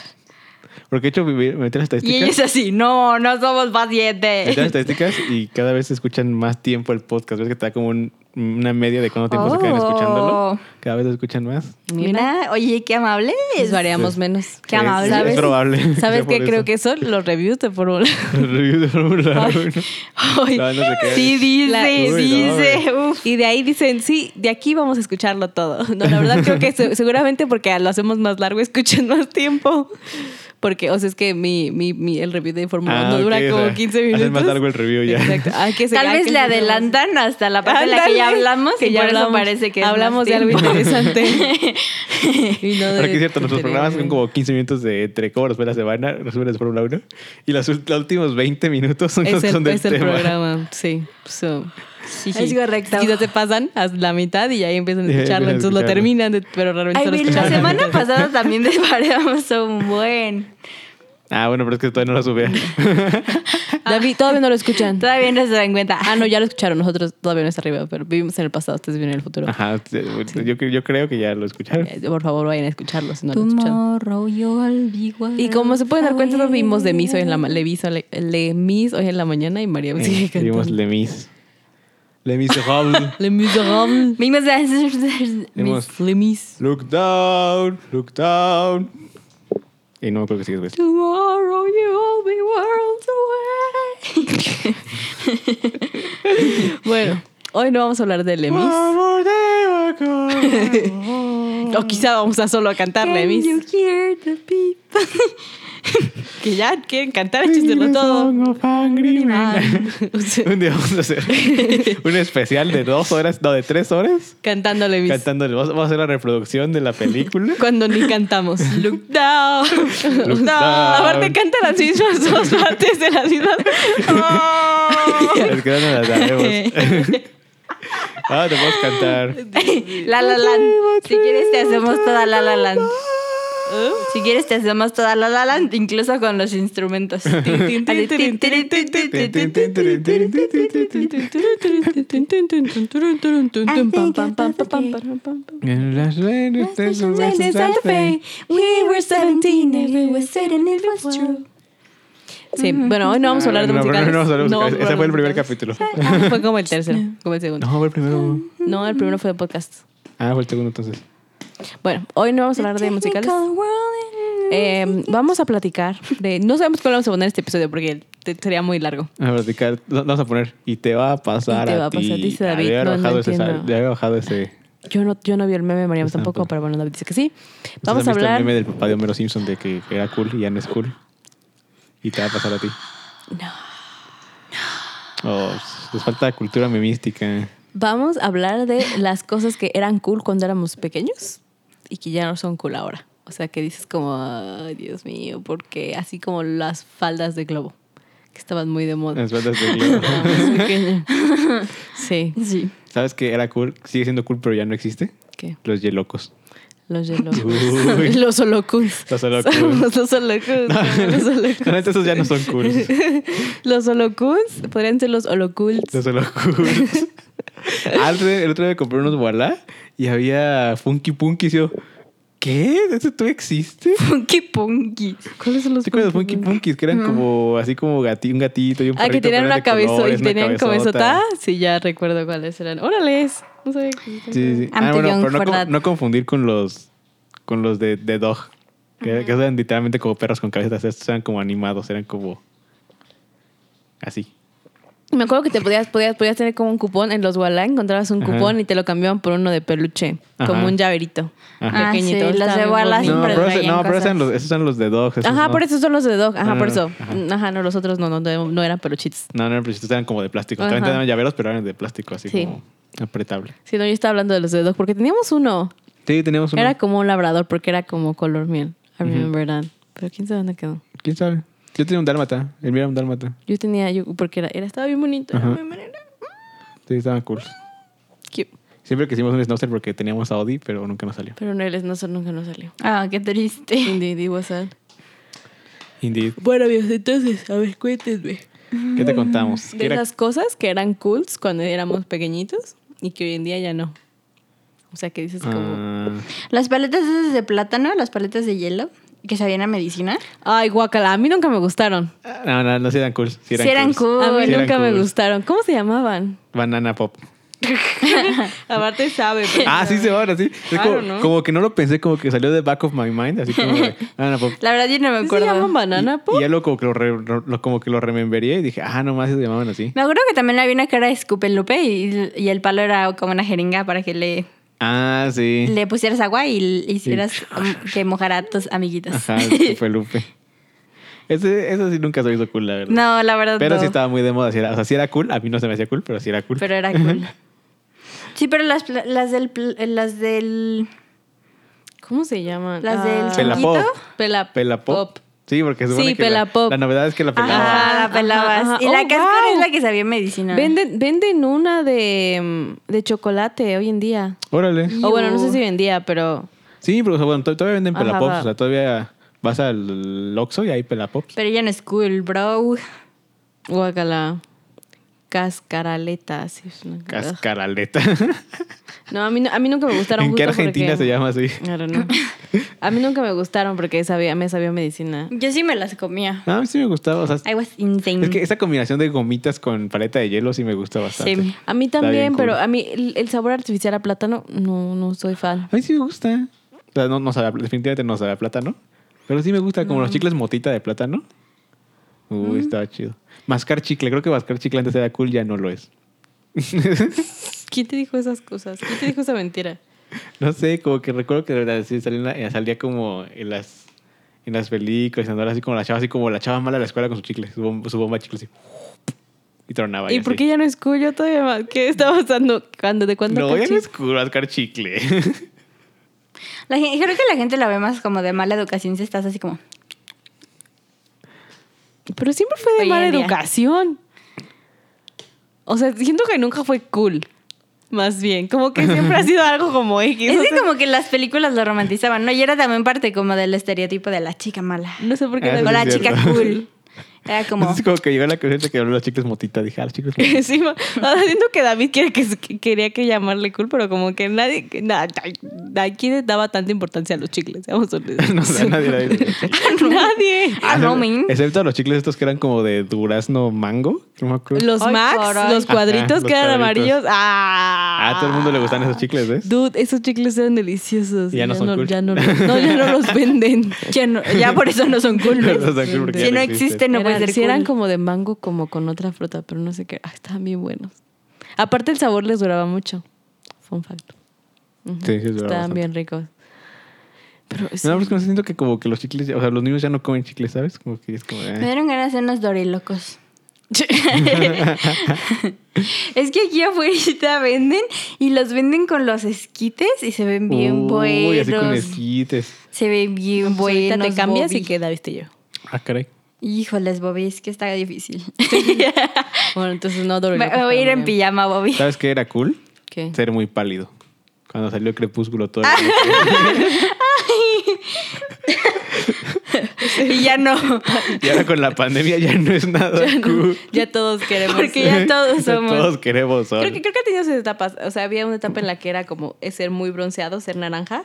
Speaker 1: Porque de hecho, vivir- meter las
Speaker 3: Y ella es
Speaker 1: estadísticas.
Speaker 3: así, no, no
Speaker 1: meter
Speaker 3: somos
Speaker 1: las
Speaker 3: pacientes.
Speaker 1: estadísticas y cada vez se escuchan más tiempo el podcast. Ves que te da como un- una media de cuánto tiempo se quedan
Speaker 3: Oh.
Speaker 1: escuchándolo. Cada vez lo escuchan más.
Speaker 2: Mira,
Speaker 3: Mira, oye, qué amables.
Speaker 2: pues variamos
Speaker 1: Sí.
Speaker 2: menos.
Speaker 3: Qué
Speaker 1: Es-
Speaker 3: amable.
Speaker 1: Es,
Speaker 2: ¿Sabes?
Speaker 1: probable. que sea [LAUGHS]
Speaker 2: ¿Sabes
Speaker 1: por
Speaker 2: qué? Creo
Speaker 1: eso.
Speaker 2: que son los reviews de Fórmula
Speaker 1: Review de Fórmula
Speaker 2: Ay.
Speaker 1: 1.
Speaker 3: Ay,
Speaker 1: No, no se crean.
Speaker 3: sí, dice,
Speaker 2: La-
Speaker 1: Uy, no,
Speaker 3: dice. uf.
Speaker 2: Y de ahí dicen, sí, de aquí vamos a escucharlo todo. No, la verdad creo que se- seguramente porque lo hacemos más largo, escuchan más tiempo. Porque, o sea, es que mi, mi, mi- el review de Fórmula 1
Speaker 1: Ah,
Speaker 2: dura
Speaker 1: ok, o
Speaker 2: como
Speaker 1: sea,
Speaker 2: 15 minutos.
Speaker 1: hacen más largo el review ya. [LAUGHS]
Speaker 2: Exacto. Hay que se-
Speaker 3: Tal
Speaker 2: hay
Speaker 3: vez
Speaker 2: que
Speaker 3: le
Speaker 2: hacerlo más-
Speaker 3: adelantan hasta la parte en la que ya
Speaker 2: Ándale,
Speaker 3: hablamos
Speaker 2: que
Speaker 3: y
Speaker 2: ya
Speaker 3: por eso
Speaker 2: hablamos.
Speaker 3: parece que es
Speaker 2: Hablamos
Speaker 3: más
Speaker 2: de algo
Speaker 3: tiempo.
Speaker 2: interesante.
Speaker 3: [LAUGHS]
Speaker 2: Y no de-
Speaker 1: Pero que es cierto, nuestros
Speaker 2: de-
Speaker 1: programas son como 15 minutos de entre covers de la semana, resúmenes de Fórmula 1. Y los, ult- los últimos 20 minutos [LAUGHS] son,
Speaker 2: Es
Speaker 1: son
Speaker 2: el,
Speaker 1: del
Speaker 2: es el
Speaker 1: tema.
Speaker 2: programa, sí. So,
Speaker 3: Es correcto.
Speaker 2: Quizás te pasan a la mitad y ya empiezan a
Speaker 1: [LAUGHS] Y ahí
Speaker 2: escucharlo,
Speaker 1: empiezan a
Speaker 2: entonces lo
Speaker 1: escucharlo.
Speaker 2: terminan, de- pero realmente
Speaker 3: Ay,
Speaker 2: solo
Speaker 3: bien, la
Speaker 2: escuchan [LAUGHS]
Speaker 3: semana
Speaker 2: mitad.
Speaker 3: pasada también desvariamos un buen.
Speaker 1: Ah, bueno, pero es que todavía no
Speaker 2: [LAUGHS]
Speaker 1: lo subía.
Speaker 2: David, todavía no lo escuchan.
Speaker 3: Todavía no se dan cuenta.
Speaker 2: Ah, no, ya lo escucharon. Nosotros todavía no está arriba, pero vivimos en el pasado, ustedes viven en el futuro.
Speaker 1: [LAUGHS] Ajá, sí, yo, cre- yo creo que ya lo escucharon.
Speaker 2: Eh, Por favor, vayan a escucharlo si no lo han escuchado.
Speaker 3: Tomorrow you'll be wild.
Speaker 2: Y como se pueden dar cuenta, nos vimos de Miss hoy en la ma- le vi so- le- le Mis hoy en la mañana y María sigue
Speaker 1: Eh, Vimos
Speaker 2: cantando.
Speaker 1: Lemis. Lemis
Speaker 2: [LAUGHS]
Speaker 1: Hall.
Speaker 2: Le Miserable.
Speaker 3: Vimos
Speaker 1: Vimos
Speaker 2: Le Mis.
Speaker 1: Look down, look down. Y no me acuerdo que sigues, güey.
Speaker 3: Tomorrow you'll be worlds away.
Speaker 2: Bueno, hoy no vamos a hablar de Le Mis.
Speaker 1: One more day
Speaker 2: [LAUGHS]
Speaker 1: will come.
Speaker 2: O quizá vamos a solo cantar Le
Speaker 3: Can you
Speaker 2: Mis.
Speaker 3: hear the beep?
Speaker 2: Que ya quieren cantar, échenselo todo.
Speaker 1: Song of angry men.
Speaker 2: [LAUGHS] O sea,
Speaker 1: Un día vamos
Speaker 2: [LAUGHS]
Speaker 1: a hacer un especial de dos horas, no, de tres horas,
Speaker 2: Cantando Le Mis.
Speaker 1: cantando. Vamos vamos a hacer la reproducción de
Speaker 2: [LAUGHS]
Speaker 1: la película.
Speaker 2: Cuando ni
Speaker 1: [LAUGHS]
Speaker 2: cantamos. Look down.
Speaker 1: Look down.
Speaker 2: Aparte cantan las mismas dos partes de las mismas.
Speaker 1: Es que no la sabemos. Ah, te puedes cantar.
Speaker 3: La La Land. Si quieres te hacemos toda La La Land. Si quieres te hacemos toda La La Land, incluso con los instrumentos. Así, tin, tin, tin, tin, tin, tin, tin, tin, tin, tin.
Speaker 1: En las venas de su brazo Santa Fe.
Speaker 2: Sí, bueno, hoy no vamos a hablar de
Speaker 1: No, pero
Speaker 2: musicales.
Speaker 1: no vamos a hablar de
Speaker 2: No,
Speaker 1: musicales. Ese
Speaker 2: vamos
Speaker 1: fue el
Speaker 2: a hablar
Speaker 1: primer
Speaker 2: de
Speaker 1: capítulo.
Speaker 2: musicales. Ah, Fue como el tercero, como el segundo.
Speaker 1: No, fue el primero.
Speaker 2: No, el primero fue de podcast.
Speaker 1: Ah, fue el segundo entonces.
Speaker 2: Bueno, hoy no vamos a hablar de musicales.
Speaker 3: Em,
Speaker 2: Eh, vamos a platicar de. No sabemos cuál vamos a poner este episodio porque te- sería muy largo.
Speaker 1: Vamos a platicar. Vamos a poner. Y te va a pasar.
Speaker 2: Y te
Speaker 1: a
Speaker 2: va a
Speaker 1: ti.
Speaker 2: pasar, dice David.
Speaker 1: Había
Speaker 2: No, no
Speaker 1: bajado ese. sal-
Speaker 2: entiendo.
Speaker 1: Ya había bajado ese.
Speaker 2: Yo no, yo no vi el meme, María
Speaker 1: Yo
Speaker 2: tampoco,
Speaker 1: tampoco.
Speaker 2: pero bueno, David dice que sí.
Speaker 1: ¿Ustedes
Speaker 2: Vamos a
Speaker 1: han visto
Speaker 2: hablar.
Speaker 1: el meme del papá de Homero Simpson de que era cool y ya no es cool. Y te va a pasar a ti. No. Oh, les falta cultura memística.
Speaker 2: Vamos a hablar de las cosas que eran cool cuando éramos pequeños y que ya no son cool ahora. O sea, que dices como, "Ay, Dios mío, porque así como las faldas de globo, que estaban muy de moda.
Speaker 1: Les falta este libro.
Speaker 2: Cuando éramos pequeños. Sí.
Speaker 1: [LAUGHS]
Speaker 3: Sí.
Speaker 1: ¿Sabes que era cool? Sigue siendo cool, pero ya no existe.
Speaker 2: ¿Qué?
Speaker 1: Los [LAUGHS] yelocos.
Speaker 2: Los yelocos. [LAUGHS] los holocuns. [LAUGHS]
Speaker 1: Los holocuns.
Speaker 2: Somos los holocuns. Los holocuns.
Speaker 1: La neta, esos ya no son cool.
Speaker 2: los holocuns podrían ser los holocults.
Speaker 1: Los [LAUGHS] holocuns. Ah, el otro día- el otro día compré unos Walla y había Funky Punky. Y yo, ¿qué? ¿Eso tú existe?
Speaker 3: [LAUGHS] Punky punky.
Speaker 2: ¿Cuáles son los
Speaker 1: ¿Te acuerdas de los Funky Punkies? Que eran como así como gati- un gatito y un
Speaker 2: Ah,
Speaker 1: perrito.
Speaker 2: que tenían
Speaker 1: pero
Speaker 2: una
Speaker 1: eran de
Speaker 2: cabeza
Speaker 1: colores,
Speaker 2: y
Speaker 1: una
Speaker 2: tenían
Speaker 1: cabezota.
Speaker 2: cabezota. Sí, ya recuerdo cuáles eran. ¡Órale! No sabía que
Speaker 1: Sí, sí, sí.
Speaker 3: I'm
Speaker 1: Ah,
Speaker 3: too
Speaker 1: bueno,
Speaker 3: young
Speaker 1: pero no,
Speaker 3: for
Speaker 1: con-
Speaker 3: that.
Speaker 1: no confundir con los con los de, de Dog. Que, que eran literalmente como perros con cabezas. Estos eran como animados, eran como así.
Speaker 2: Me acuerdo que te podías, podías, podías tener como un cupón en los Walla, encontrabas un
Speaker 1: Ajá.
Speaker 2: cupón y te lo cambiaban por uno de peluche,
Speaker 1: Ajá.
Speaker 2: como un llaverito.
Speaker 1: Ajá.
Speaker 3: Ah,
Speaker 2: Pequeñito,
Speaker 3: sí, los
Speaker 2: está
Speaker 3: de
Speaker 2: bien
Speaker 3: Walla
Speaker 2: bonito.
Speaker 1: No,
Speaker 3: siempre
Speaker 1: pero, ese-
Speaker 3: traían
Speaker 1: no, pero esos,
Speaker 3: cosas.
Speaker 1: eran los, esos eran los de Dog. esos
Speaker 2: Ajá,
Speaker 1: no.
Speaker 2: por eso son los de dog. Ajá,
Speaker 1: No, no,
Speaker 2: por
Speaker 1: no.
Speaker 2: eso.
Speaker 1: Ajá.
Speaker 2: Ajá. no, los otros no, no, no, no eran peluchitos.
Speaker 1: No, no eran peluchitos, eran como de plástico. También
Speaker 2: Ajá.
Speaker 1: tenían llaveros, pero eran de plástico, así
Speaker 2: Sí.
Speaker 1: como apretable.
Speaker 2: Sí, no, yo estaba hablando de los de dog porque teníamos uno.
Speaker 1: Sí, teníamos uno.
Speaker 2: Era como un labrador porque era como color miel. I
Speaker 1: Ujú.
Speaker 2: remember that. Pero quién sabe dónde quedó.
Speaker 1: ¿Quién sabe? Yo tenía un dálmata. Él era un dálmata.
Speaker 2: Yo tenía, yo, porque era, era- estaba bien bonito.
Speaker 1: Ajá.
Speaker 2: Era muy manera.
Speaker 1: Sí, estaban cool.
Speaker 2: Cute.
Speaker 1: Siempre quisimos un Schnauzer porque teníamos a Audi, pero nunca nos salió.
Speaker 2: Pero no, el Snowser nunca nos
Speaker 1: [LAUGHS]
Speaker 2: salió.
Speaker 3: Ah, qué triste.
Speaker 2: Indeed, it was sad.
Speaker 1: Indeed.
Speaker 2: Bueno, amigos, entonces, a ver, cuéntenme.
Speaker 1: ¿Qué te contamos?
Speaker 2: De
Speaker 1: Que era-
Speaker 2: esas cosas que eran cools cuando éramos pequeñitos y que hoy en día ya no. O sea, que dices como...
Speaker 1: Ah,
Speaker 3: Las paletas esas de plátano, las paletas de hielo, que sabían a medicina.
Speaker 2: Ay, guacala, a mí nunca me gustaron.
Speaker 1: no, no, no, sí eran cool. Sí
Speaker 3: Si
Speaker 1: eran,
Speaker 3: eran
Speaker 1: cool.
Speaker 3: cool.
Speaker 2: A mí
Speaker 1: Sí eran
Speaker 2: nunca me
Speaker 1: cools.
Speaker 2: gustaron. ¿Cómo se
Speaker 1: [LAUGHS]
Speaker 2: llamaban?
Speaker 1: Banana Pop.
Speaker 2: Aparte sabe. [LAUGHS]
Speaker 1: Ah, sí, se van, así. Es
Speaker 2: Claro,
Speaker 1: como,
Speaker 2: ¿no?
Speaker 1: como que no lo pensé, como que salió de back of my mind, así como de Banana Pop.
Speaker 3: La verdad yo no me
Speaker 2: ¿Sí se llaman
Speaker 3: acuerdo.
Speaker 2: banana
Speaker 1: Y
Speaker 2: pop?
Speaker 1: ya lo como que lo, re- lo- como que lo rememberé y dije, ah, nomás se llamaban así.
Speaker 3: Me acuerdo que también había una que era escupelupe y, y el palo era como una jeringa para que le,
Speaker 1: Ah, sí.
Speaker 3: le pusieras agua y l- hicieras um, que mojara a tus amiguitos.
Speaker 1: Ajá, ese fue Lupe. Ese, eso sí nunca se hizo cool, la verdad.
Speaker 3: [LAUGHS] no, la verdad
Speaker 1: Pero
Speaker 3: no.
Speaker 1: sí estaba muy de moda. sí era- o sea, sí era cool. A mí no se me hacía cool, pero sí era cool.
Speaker 3: Pero era cool. sí, pero las, pla- las del... pl- Las del...
Speaker 2: ¿Cómo se llaman?
Speaker 3: Las del
Speaker 1: Pelapop.
Speaker 3: chiquito.
Speaker 2: Pelapop.
Speaker 1: Pela pop. Sí, porque se supone
Speaker 2: Sí,
Speaker 1: que la,
Speaker 2: pela pop.
Speaker 1: la novedad es que la pelaba.
Speaker 3: Ajá,
Speaker 2: Ajá,
Speaker 3: la pelabas.
Speaker 2: ajá.
Speaker 3: Y la
Speaker 2: Oh,
Speaker 3: cáscara
Speaker 2: wow.
Speaker 3: es la que sabía medicina.
Speaker 2: Venden, venden una de, mm, de chocolate hoy en día.
Speaker 1: Órale.
Speaker 2: O bueno, no sé
Speaker 3: Iu.
Speaker 2: si vendía, pero...
Speaker 1: Sí, pero o sea, bueno, to- todavía venden
Speaker 2: Ajá,
Speaker 1: pelapops.
Speaker 2: va.
Speaker 1: O sea, todavía vas al Oxxo y hay pelapops.
Speaker 3: Pero ya no es cool, bro.
Speaker 2: Guacala. Cascaraleta. sí, es una-
Speaker 1: Cascaraleta.
Speaker 2: No, a mí, no- a mí nunca me gustaron.
Speaker 1: ¿En qué
Speaker 2: justo
Speaker 1: Argentina
Speaker 2: porque-
Speaker 1: se llama así?
Speaker 2: I don't know. A mí nunca me gustaron porque sabía, me sabía medicina.
Speaker 3: Yo sí me las comía.
Speaker 1: [LAUGHS] No, a mí sí me gustaba. O sea,
Speaker 3: I was insane.
Speaker 2: mm.
Speaker 1: es que esa combinación de gomitas con paleta de hielo sí me gusta bastante.
Speaker 3: Sí.
Speaker 2: A mí
Speaker 1: Está bien
Speaker 2: también,
Speaker 1: cool.
Speaker 2: pero a mí el, el sabor artificial a plátano, no, no soy fan.
Speaker 1: A mí sí me gusta. O sea, no, no sabe a pl- definitivamente no sabe a plátano. Pero sí me gusta, como
Speaker 2: Mm.
Speaker 1: los chicles motita de plátano. Uy, estaba chido. Mascar chicle. Creo que mascar chicle antes era cool, ya no lo es.
Speaker 2: ¿Quién te dijo esas cosas? ¿Quién te dijo esa mentira?
Speaker 1: No sé, como que recuerdo que de verdad, sí, salía, en la- eh, salía como en las, en las películas, andaba así como la chava, así como la chava mala de la escuela con su chicle, su, bom- su bomba de chicle así. Y tronaba.
Speaker 2: ¿Y
Speaker 1: así.
Speaker 2: por qué ya no es cool? Yo todavía más. ¿Qué está pasando? ¿Cuándo? ¿De cuándo?
Speaker 1: No, ya
Speaker 2: cachi?
Speaker 1: no es cool mascar chicle.
Speaker 3: La gen- creo que la gente la ve más como de mala educación si estás así como...
Speaker 2: Pero siempre fue de
Speaker 3: Hoy en
Speaker 2: mala
Speaker 3: día.
Speaker 2: educación. O sea, siento que nunca fue cool. Más bien, como que siempre ha sido algo
Speaker 3: [LAUGHS]
Speaker 2: como X.
Speaker 3: Es
Speaker 2: o
Speaker 3: que
Speaker 2: sea,
Speaker 3: como que las películas lo romantizaban, ¿no? Y era también parte como del estereotipo de la chica mala.
Speaker 2: No sé por qué.
Speaker 1: Ah,
Speaker 2: la-
Speaker 1: eso
Speaker 3: O
Speaker 1: sí
Speaker 3: la
Speaker 1: es
Speaker 3: chica
Speaker 1: cierto.
Speaker 2: [LAUGHS]
Speaker 3: cool. Era
Speaker 1: [LAUGHS]
Speaker 3: como...
Speaker 1: Entonces como que llegó la corriente que habló de los chicles motita. Dije, ah, los chicles
Speaker 2: [LAUGHS]
Speaker 1: motita.
Speaker 2: Sí, ma- o sea, siento que David quiere que, que- quería que llamarle cool, pero como que nadie, que na- na- aquí le daba tanta importancia a los chicles.
Speaker 1: [LAUGHS]
Speaker 2: Seamos honestos.
Speaker 1: No sé, nadie
Speaker 2: [LAUGHS]
Speaker 1: le dice.
Speaker 2: Nadie.
Speaker 3: Ah,
Speaker 1: Excepto-
Speaker 3: roaming.
Speaker 1: Excepto los chicles estos que eran como de durazno mango. No me acuerdo.
Speaker 2: Los
Speaker 3: Ay,
Speaker 2: Max,
Speaker 3: caray.
Speaker 2: los cuadritos
Speaker 1: Ajá, los
Speaker 2: que eran
Speaker 1: cuadritos.
Speaker 2: amarillos. Ah,
Speaker 1: Ah, a todo el mundo le gustan esos chicles, ¿ves?
Speaker 2: Dude, esos chicles eran deliciosos.
Speaker 1: Y ya no son cool.
Speaker 2: ya no, los- no, ya no los
Speaker 1: [LAUGHS]
Speaker 2: venden.
Speaker 3: Ya, no- ya por eso no son cool.
Speaker 1: No son cool porque
Speaker 3: si
Speaker 1: [LAUGHS] ya
Speaker 3: no
Speaker 1: no
Speaker 3: existen,
Speaker 1: existen.
Speaker 3: no pueden
Speaker 2: Eran-
Speaker 3: ser
Speaker 2: sí,
Speaker 3: cool.
Speaker 2: eran como de mango, como con otra fruta, pero no sé qué. Ah, estaban bien buenos. Aparte, el sabor les duraba mucho. Fun fact. Ujú.
Speaker 1: Sí, sí, es verdad,
Speaker 2: Estaban
Speaker 1: bastante.
Speaker 2: bien ricos. Pero sí.
Speaker 1: No, pues, pero es que no sé, siento que como que los chicles, ya- o sea, los niños ya no comen chicles, ¿sabes? Como que es como de, eh.
Speaker 3: Me dieron ganas de unos dorilocos. [LAUGHS] es que aquí afuera venden y los venden con los esquites y se ven bien
Speaker 1: Uy, así con
Speaker 3: buenos.
Speaker 1: esquites.
Speaker 3: Se ven bien buenos.
Speaker 2: Ahorita te cambias y
Speaker 3: Bobby.
Speaker 2: queda, viste yo.
Speaker 1: Ah, caray.
Speaker 3: Híjoles, Bobby, es que está difícil. [LAUGHS]
Speaker 2: Bueno, entonces no dormí.
Speaker 3: Me me voy a ir en pijama, Bobby.
Speaker 1: ¿Sabes qué era cool?
Speaker 2: ¿Qué?
Speaker 1: Ser muy pálido. Cuando salió Crepúsculo todo. el-
Speaker 3: [LAUGHS] Y
Speaker 1: [LAUGHS]
Speaker 3: ya no.
Speaker 1: y ahora con la pandemia ya no es nada cool.
Speaker 2: [LAUGHS] Ya todos queremos.
Speaker 3: Porque
Speaker 1: [LAUGHS]
Speaker 3: ya todos somos.
Speaker 1: Todos queremos sol.
Speaker 2: Creo que, creo que ha tenido sus etapas. O sea, había una etapa en la que era como ser muy bronceado, ser naranja.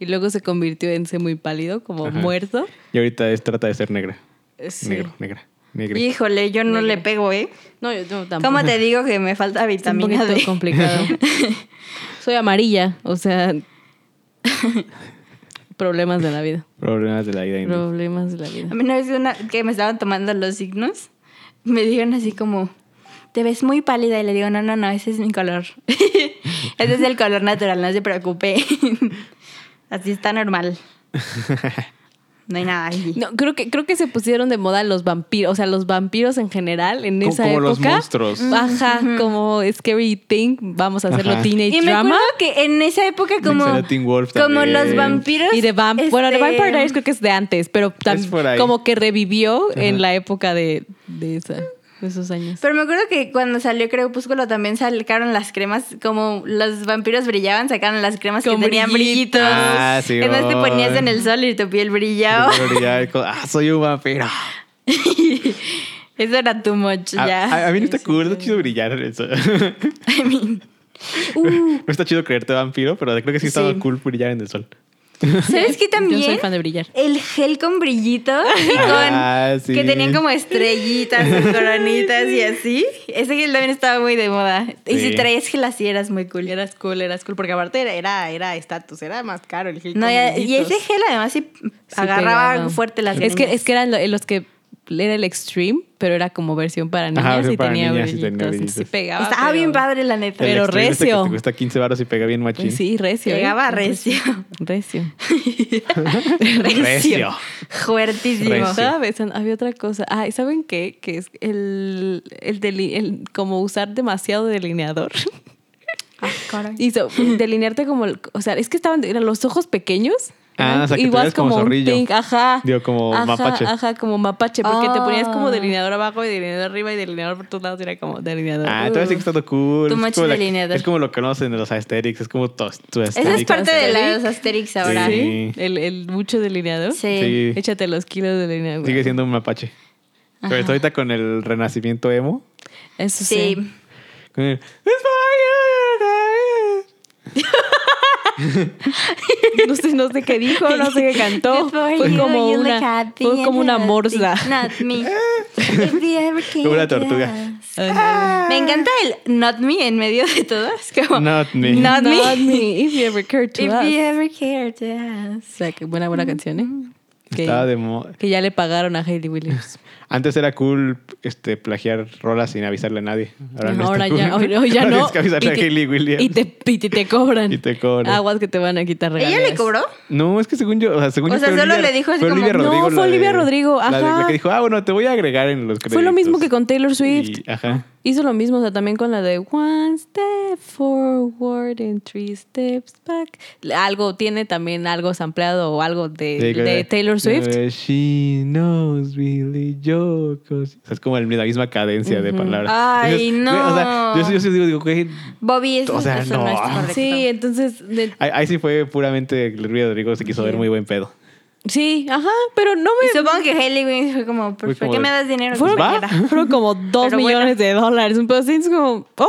Speaker 2: Y luego se convirtió en ser muy pálido, como
Speaker 1: Ajá.
Speaker 2: muerto.
Speaker 1: Y ahorita es trata de ser negra.
Speaker 2: Eh, sí.
Speaker 1: Negro, negra. Negra.
Speaker 3: Híjole, yo no
Speaker 2: Negra.
Speaker 3: le pego, ¿eh?
Speaker 2: No, yo no, tampoco.
Speaker 3: ¿Cómo te digo que me falta
Speaker 2: Es un
Speaker 3: vitamina
Speaker 2: poquito
Speaker 3: D?
Speaker 2: complicado. [LAUGHS] Soy amarilla, o sea. [LAUGHS] problemas de la vida.
Speaker 1: Problemas de la vida indie.
Speaker 2: Problemas de la vida.
Speaker 3: A mí una vez una, que me estaban tomando los signos, me dijeron así como, te ves muy pálida. Y le digo, no, no, no, ese es mi color. [LAUGHS] ese es el color natural, no se preocupe. [LAUGHS] así
Speaker 1: [LAUGHS]
Speaker 3: está normal. No hay nada ahí.
Speaker 2: No, creo que, creo que se pusieron de moda los vampiros, o sea, los vampiros en general en
Speaker 1: Como-
Speaker 2: esa
Speaker 1: como los
Speaker 2: época.
Speaker 1: monstruos.
Speaker 2: Ajá, como Scary Thing, vamos a hacerlo
Speaker 1: Ajá.
Speaker 2: teenage
Speaker 3: Y me
Speaker 2: drama.
Speaker 3: acuerdo que en esa época como,
Speaker 1: Salió Teen Wolf
Speaker 3: como
Speaker 1: también.
Speaker 3: los vampiros...
Speaker 2: Y de Vamp, bueno, de
Speaker 3: este,
Speaker 2: Vampire Diaries creo que es de antes, pero
Speaker 1: Es por
Speaker 2: también
Speaker 1: ahí.
Speaker 2: como que revivió en
Speaker 1: Ajá.
Speaker 2: la época de, de, esa, de esos años.
Speaker 3: Pero me acuerdo que cuando salió Crepúsculo también sacaron las cremas, como los vampiros brillaban, sacaron las cremas
Speaker 2: Con
Speaker 3: que tenían
Speaker 2: brillitos.
Speaker 3: brillitos.
Speaker 1: Ah, sí,
Speaker 3: Entonces te
Speaker 1: voy.
Speaker 3: ponías en el sol y tu piel brillaba.
Speaker 1: Pero ya, co- ah, soy un vampiro.
Speaker 3: [LAUGHS] Eso era too much
Speaker 1: A,
Speaker 3: ya.
Speaker 1: a- a mí no está cool, no está chido brillar. en Eso. [LAUGHS] no está chido creerte vampiro, pero creo que sí estaba
Speaker 3: Sí.
Speaker 1: cool brillar en el sol.
Speaker 3: ¿Sabes
Speaker 2: Yo soy
Speaker 3: qué también?
Speaker 2: fan de brillar.
Speaker 3: El gel con brillito
Speaker 1: [LAUGHS]
Speaker 3: y con
Speaker 1: Ah, sí.
Speaker 3: que tenían como estrellitas
Speaker 2: [LAUGHS]
Speaker 3: o coronitas y así. Ese gel también estaba muy de moda. Y
Speaker 1: Sí.
Speaker 3: si traías gel así eras muy cool.
Speaker 2: Eras cool, eras cool, porque aparte era- era era estatus, era, más caro el gel
Speaker 3: No,
Speaker 2: con
Speaker 3: ya- y
Speaker 2: brillitos.
Speaker 3: ese gel además sí,
Speaker 2: Sí
Speaker 3: agarraba
Speaker 2: pegaba.
Speaker 3: fuerte las
Speaker 2: es que
Speaker 3: greñas.
Speaker 2: Es que eran lo- los que era el extreme, pero era como versión para niñas
Speaker 1: versión
Speaker 2: y,
Speaker 1: para
Speaker 2: tenía
Speaker 1: niñas y tenía
Speaker 2: brillitos, entonces Sí
Speaker 1: brillitos.
Speaker 2: pegaba.
Speaker 3: Estaba
Speaker 2: Ah, pero-
Speaker 3: bien padre la neta.
Speaker 2: Pero
Speaker 1: El extreme este
Speaker 2: recio.
Speaker 1: que te cuesta 15 baros y pega bien machín.
Speaker 2: Sí, recio. ¿eh?
Speaker 3: Pegaba recio.
Speaker 2: Recio.
Speaker 1: Recio.
Speaker 3: [LAUGHS] Fuertísimo.
Speaker 1: Recio.
Speaker 2: Estaba pensando, había otra cosa. Ah, ¿y ¿saben qué? Que es el, el, deli- el- como usar demasiado delineador. [LAUGHS]
Speaker 3: Ah, caray.
Speaker 2: Y
Speaker 1: [LAUGHS]
Speaker 2: so- delinearte como, el- o sea, es que estaban eran los ojos pequeños.
Speaker 1: Ah,
Speaker 2: eran
Speaker 1: o sea, que te
Speaker 2: igual
Speaker 1: veas como
Speaker 2: un
Speaker 1: zorrillo.
Speaker 2: pink, ajá.
Speaker 1: Digo, como
Speaker 2: Ajá,
Speaker 1: mapache.
Speaker 2: Ajá, como mapache, porque te ponías como
Speaker 3: Ah.
Speaker 2: delineador abajo y delineador arriba y delineador por todos lados y era como delineador.
Speaker 1: Ah, todavía sigue estando cool.
Speaker 3: Too
Speaker 1: es,
Speaker 3: much
Speaker 1: como la-
Speaker 3: delineador.
Speaker 1: es como lo conocen los Asterix. Es como tos- tu
Speaker 3: Esa es
Speaker 1: Asterix.
Speaker 3: parte de la-
Speaker 2: Asterix.
Speaker 3: los Asterix ahora.
Speaker 1: Sí.
Speaker 2: Sí, el, el mucho delineador.
Speaker 3: Sí.
Speaker 1: Sí.
Speaker 2: Échate los kilos de delineador.
Speaker 1: Sigue siendo un mapache. Pero está ahorita con el renacimiento emo.
Speaker 2: Eso sí.
Speaker 3: Sí.
Speaker 1: Con el... "It's fire".
Speaker 2: [LAUGHS] No sé, no sé qué dijo, no sé qué
Speaker 3: [LAUGHS]
Speaker 2: cantó.
Speaker 3: Before
Speaker 2: Fue
Speaker 3: you,
Speaker 2: como
Speaker 3: you look
Speaker 2: una,
Speaker 3: at the
Speaker 2: fue como una
Speaker 3: end of
Speaker 2: morsa.
Speaker 3: the- Not
Speaker 1: [LAUGHS]
Speaker 3: me. If you ever came
Speaker 1: Como una
Speaker 3: to
Speaker 1: tortuga.
Speaker 3: us.
Speaker 2: Ándale.
Speaker 3: Me encanta el not me en medio de todo. Es como.
Speaker 1: Not me.
Speaker 3: Not me.
Speaker 2: Not me, [LAUGHS] If you Mm. ever cared to
Speaker 3: [LAUGHS] If
Speaker 2: us.
Speaker 3: you ever cared to us.
Speaker 2: O sea, que buena, buena canción, ¿eh? Que,
Speaker 1: Estaba de moda.
Speaker 2: que ya le pagaron a Hayley Williams.
Speaker 1: Antes era cool este, plagiar rolas sin avisarle a nadie. Ahora no.
Speaker 2: Ahora
Speaker 1: está
Speaker 2: ya,
Speaker 1: cool.
Speaker 2: hoy- hoy
Speaker 1: [LAUGHS]
Speaker 2: ya
Speaker 1: Ahora
Speaker 2: no.
Speaker 1: Tienes que avisarle a Hayley Williams.
Speaker 2: Y te, y te- te cobran.
Speaker 1: [LAUGHS] Y te cobran.
Speaker 2: Aguas que te van a quitar regalos.
Speaker 3: ¿Ella le cobró?
Speaker 1: No, es que según yo, o sea, según
Speaker 3: O
Speaker 1: yo
Speaker 3: sea,
Speaker 1: fue
Speaker 3: solo le dijo así
Speaker 1: fue
Speaker 3: como,
Speaker 1: Olivia
Speaker 2: "No,
Speaker 1: Rodrigo,
Speaker 2: fue
Speaker 1: la de-
Speaker 2: Olivia Rodrigo",
Speaker 1: la de- la
Speaker 2: ajá.
Speaker 1: que dijo, ah, bueno, te voy a agregar en los créditos.
Speaker 2: Fue lo mismo que con Taylor Swift.
Speaker 1: Y- ajá.
Speaker 2: Hizo lo mismo, o sea, también con la de One Step Forward and Three Steps Back. Algo tiene también algo sampleado o algo de,
Speaker 1: Sí, que-
Speaker 2: de Taylor Swift.
Speaker 1: Eh, She knows Billy Joe. 'cause- O sea, es como el- la misma cadencia de palabras. güey,
Speaker 3: Ay,
Speaker 1: O sea,
Speaker 3: no.
Speaker 1: yo, sí- yo sí digo, digo, güey,
Speaker 3: Bobby es
Speaker 1: O sea,
Speaker 3: eso no.
Speaker 1: no.
Speaker 3: es correcto.
Speaker 2: Sí, entonces. de-
Speaker 1: ahí, ahí sí fue puramente que Olivia Rodrigo se quiso ver muy buen pedo.
Speaker 2: sí, ajá, pero no
Speaker 3: Y
Speaker 2: me.
Speaker 3: supongo que Hailey Williams fue como, "Pues,
Speaker 1: Fue
Speaker 3: ¿por,
Speaker 1: como
Speaker 3: qué
Speaker 1: de-
Speaker 3: me das dinero?
Speaker 2: Fueron,
Speaker 1: ¿Va?
Speaker 2: [LAUGHS] fueron como dos
Speaker 3: Pero bueno.
Speaker 2: millones de dólares. Un pedo así, es como, ok.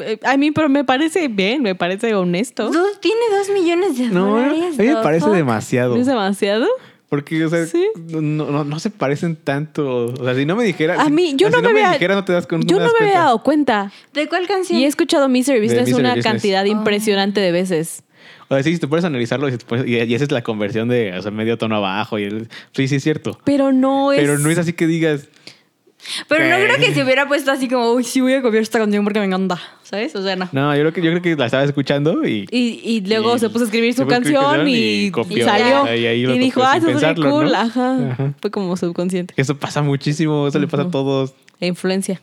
Speaker 2: eh, A mí, pero me parece bien, me parece honesto.
Speaker 3: Tú tiene dos millones de
Speaker 1: No, a mí
Speaker 3: dólares.
Speaker 1: me
Speaker 3: the
Speaker 1: parece
Speaker 3: fuck?
Speaker 1: demasiado.
Speaker 2: ¿No es demasiado?
Speaker 1: Porque, o sea,
Speaker 2: Sí.
Speaker 1: no, no, no se parecen tanto. O sea, si no me dijeras.
Speaker 2: A mí, yo
Speaker 1: si
Speaker 2: no me había.
Speaker 1: dijeras, no te das con-
Speaker 2: yo no
Speaker 1: das
Speaker 2: me había
Speaker 1: cuenta.
Speaker 2: dado cuenta.
Speaker 3: ¿De cuál canción?
Speaker 2: Y he escuchado Misery Business
Speaker 1: Misery
Speaker 2: una
Speaker 1: Business. Ah.
Speaker 2: cantidad impresionante de veces.
Speaker 1: O sea, sí, si te puedes analizarlo y, si te pones- y- y esa es la conversión de o sea, medio tono abajo. Y el, sí, sí, es cierto.
Speaker 2: Pero no es.
Speaker 1: Pero no es así que digas.
Speaker 3: Pero no
Speaker 1: Sí.
Speaker 3: creo que se hubiera puesto así como, uy, sí voy a copiar esta canción porque me encanta, ¿sabes? O sea, no.
Speaker 1: No, yo creo que, yo creo que la estaba escuchando y.
Speaker 2: Y, y luego
Speaker 1: y-
Speaker 2: se puso a escribir
Speaker 1: se
Speaker 2: su
Speaker 1: puso a escribir
Speaker 2: canción
Speaker 1: y
Speaker 2: y,
Speaker 1: copió.
Speaker 2: y salió.
Speaker 1: Ahí- ahí
Speaker 2: y
Speaker 1: lo
Speaker 2: dijo,
Speaker 1: copió
Speaker 2: ah,
Speaker 1: sin
Speaker 2: eso es re
Speaker 1: pensarlo,
Speaker 2: cool.
Speaker 1: ¿no?
Speaker 2: Ajá.
Speaker 1: Ajá.
Speaker 2: Fue como subconsciente.
Speaker 1: Eso pasa muchísimo, eso le pasa a todos.
Speaker 2: La influencia.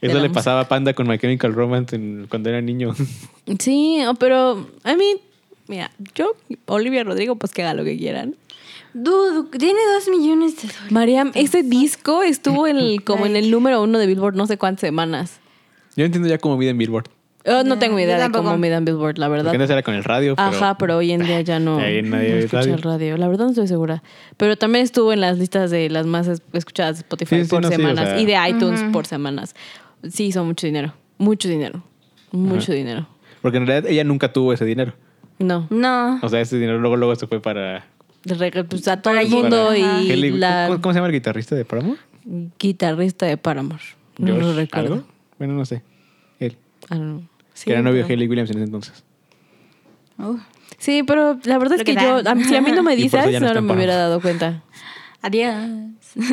Speaker 2: de
Speaker 1: Eso
Speaker 2: la
Speaker 1: le
Speaker 2: música.
Speaker 1: pasaba a Panda con My Chemical Romance en- cuando era niño. [LAUGHS]
Speaker 2: Sí, o- pero a mí, mira, yo, Olivia Rodrigo, pues que haga lo que quieran.
Speaker 3: Dude, tiene dos millones de dólares.
Speaker 2: Mariam, ese este disco estuvo en el- como en el número uno de Billboard no sé cuántas semanas.
Speaker 1: Yo entiendo ya cómo vive en Billboard.
Speaker 2: Yo no
Speaker 3: Ya,
Speaker 2: tengo
Speaker 3: yo
Speaker 2: idea de cómo
Speaker 3: tampoco.
Speaker 2: miden Billboard, la
Speaker 1: Porque
Speaker 2: verdad.
Speaker 1: antes era con el radio. Pero
Speaker 2: Ajá, pero hoy en día ya no,
Speaker 1: [LAUGHS] Ahí
Speaker 2: no
Speaker 1: nadie ve
Speaker 2: escucha
Speaker 1: radio.
Speaker 2: el radio. La verdad no estoy segura. Pero también estuvo en las listas de las más es- escuchadas de Spotify
Speaker 1: Sí, sí,
Speaker 2: por
Speaker 1: no, sí, o
Speaker 2: semanas
Speaker 1: sea.
Speaker 2: y de iTunes
Speaker 3: Ujú.
Speaker 2: por semanas. Sí, hizo mucho dinero. Mucho dinero. Mucho dinero.
Speaker 1: Porque en realidad ella nunca tuvo ese dinero.
Speaker 2: No.
Speaker 3: No.
Speaker 1: O sea, ese dinero luego, luego se fue para.
Speaker 2: De re- pues, a todo
Speaker 3: Para
Speaker 2: el mundo
Speaker 1: para-
Speaker 2: y
Speaker 1: Kelly-
Speaker 2: la
Speaker 1: ¿cómo, cómo se llama el guitarrista de Paramore?
Speaker 2: guitarrista de Paramore. No
Speaker 1: Josh,
Speaker 2: lo recuerdo.
Speaker 1: ¿algo? Bueno, no sé. Él.
Speaker 2: I don't know. Sí,
Speaker 1: que era novio
Speaker 2: pero-
Speaker 1: de Haley Williams en ese entonces.
Speaker 3: Uh,
Speaker 2: Sí, pero la verdad es
Speaker 3: Lo
Speaker 2: que
Speaker 3: que
Speaker 2: yo,
Speaker 3: dan.
Speaker 2: a- si a
Speaker 1: [LAUGHS]
Speaker 2: mí no me
Speaker 1: Y por eso
Speaker 2: dices,
Speaker 1: ya no
Speaker 2: no,
Speaker 1: está en
Speaker 2: me hubiera
Speaker 1: Paramount.
Speaker 2: dado cuenta.
Speaker 3: adiós.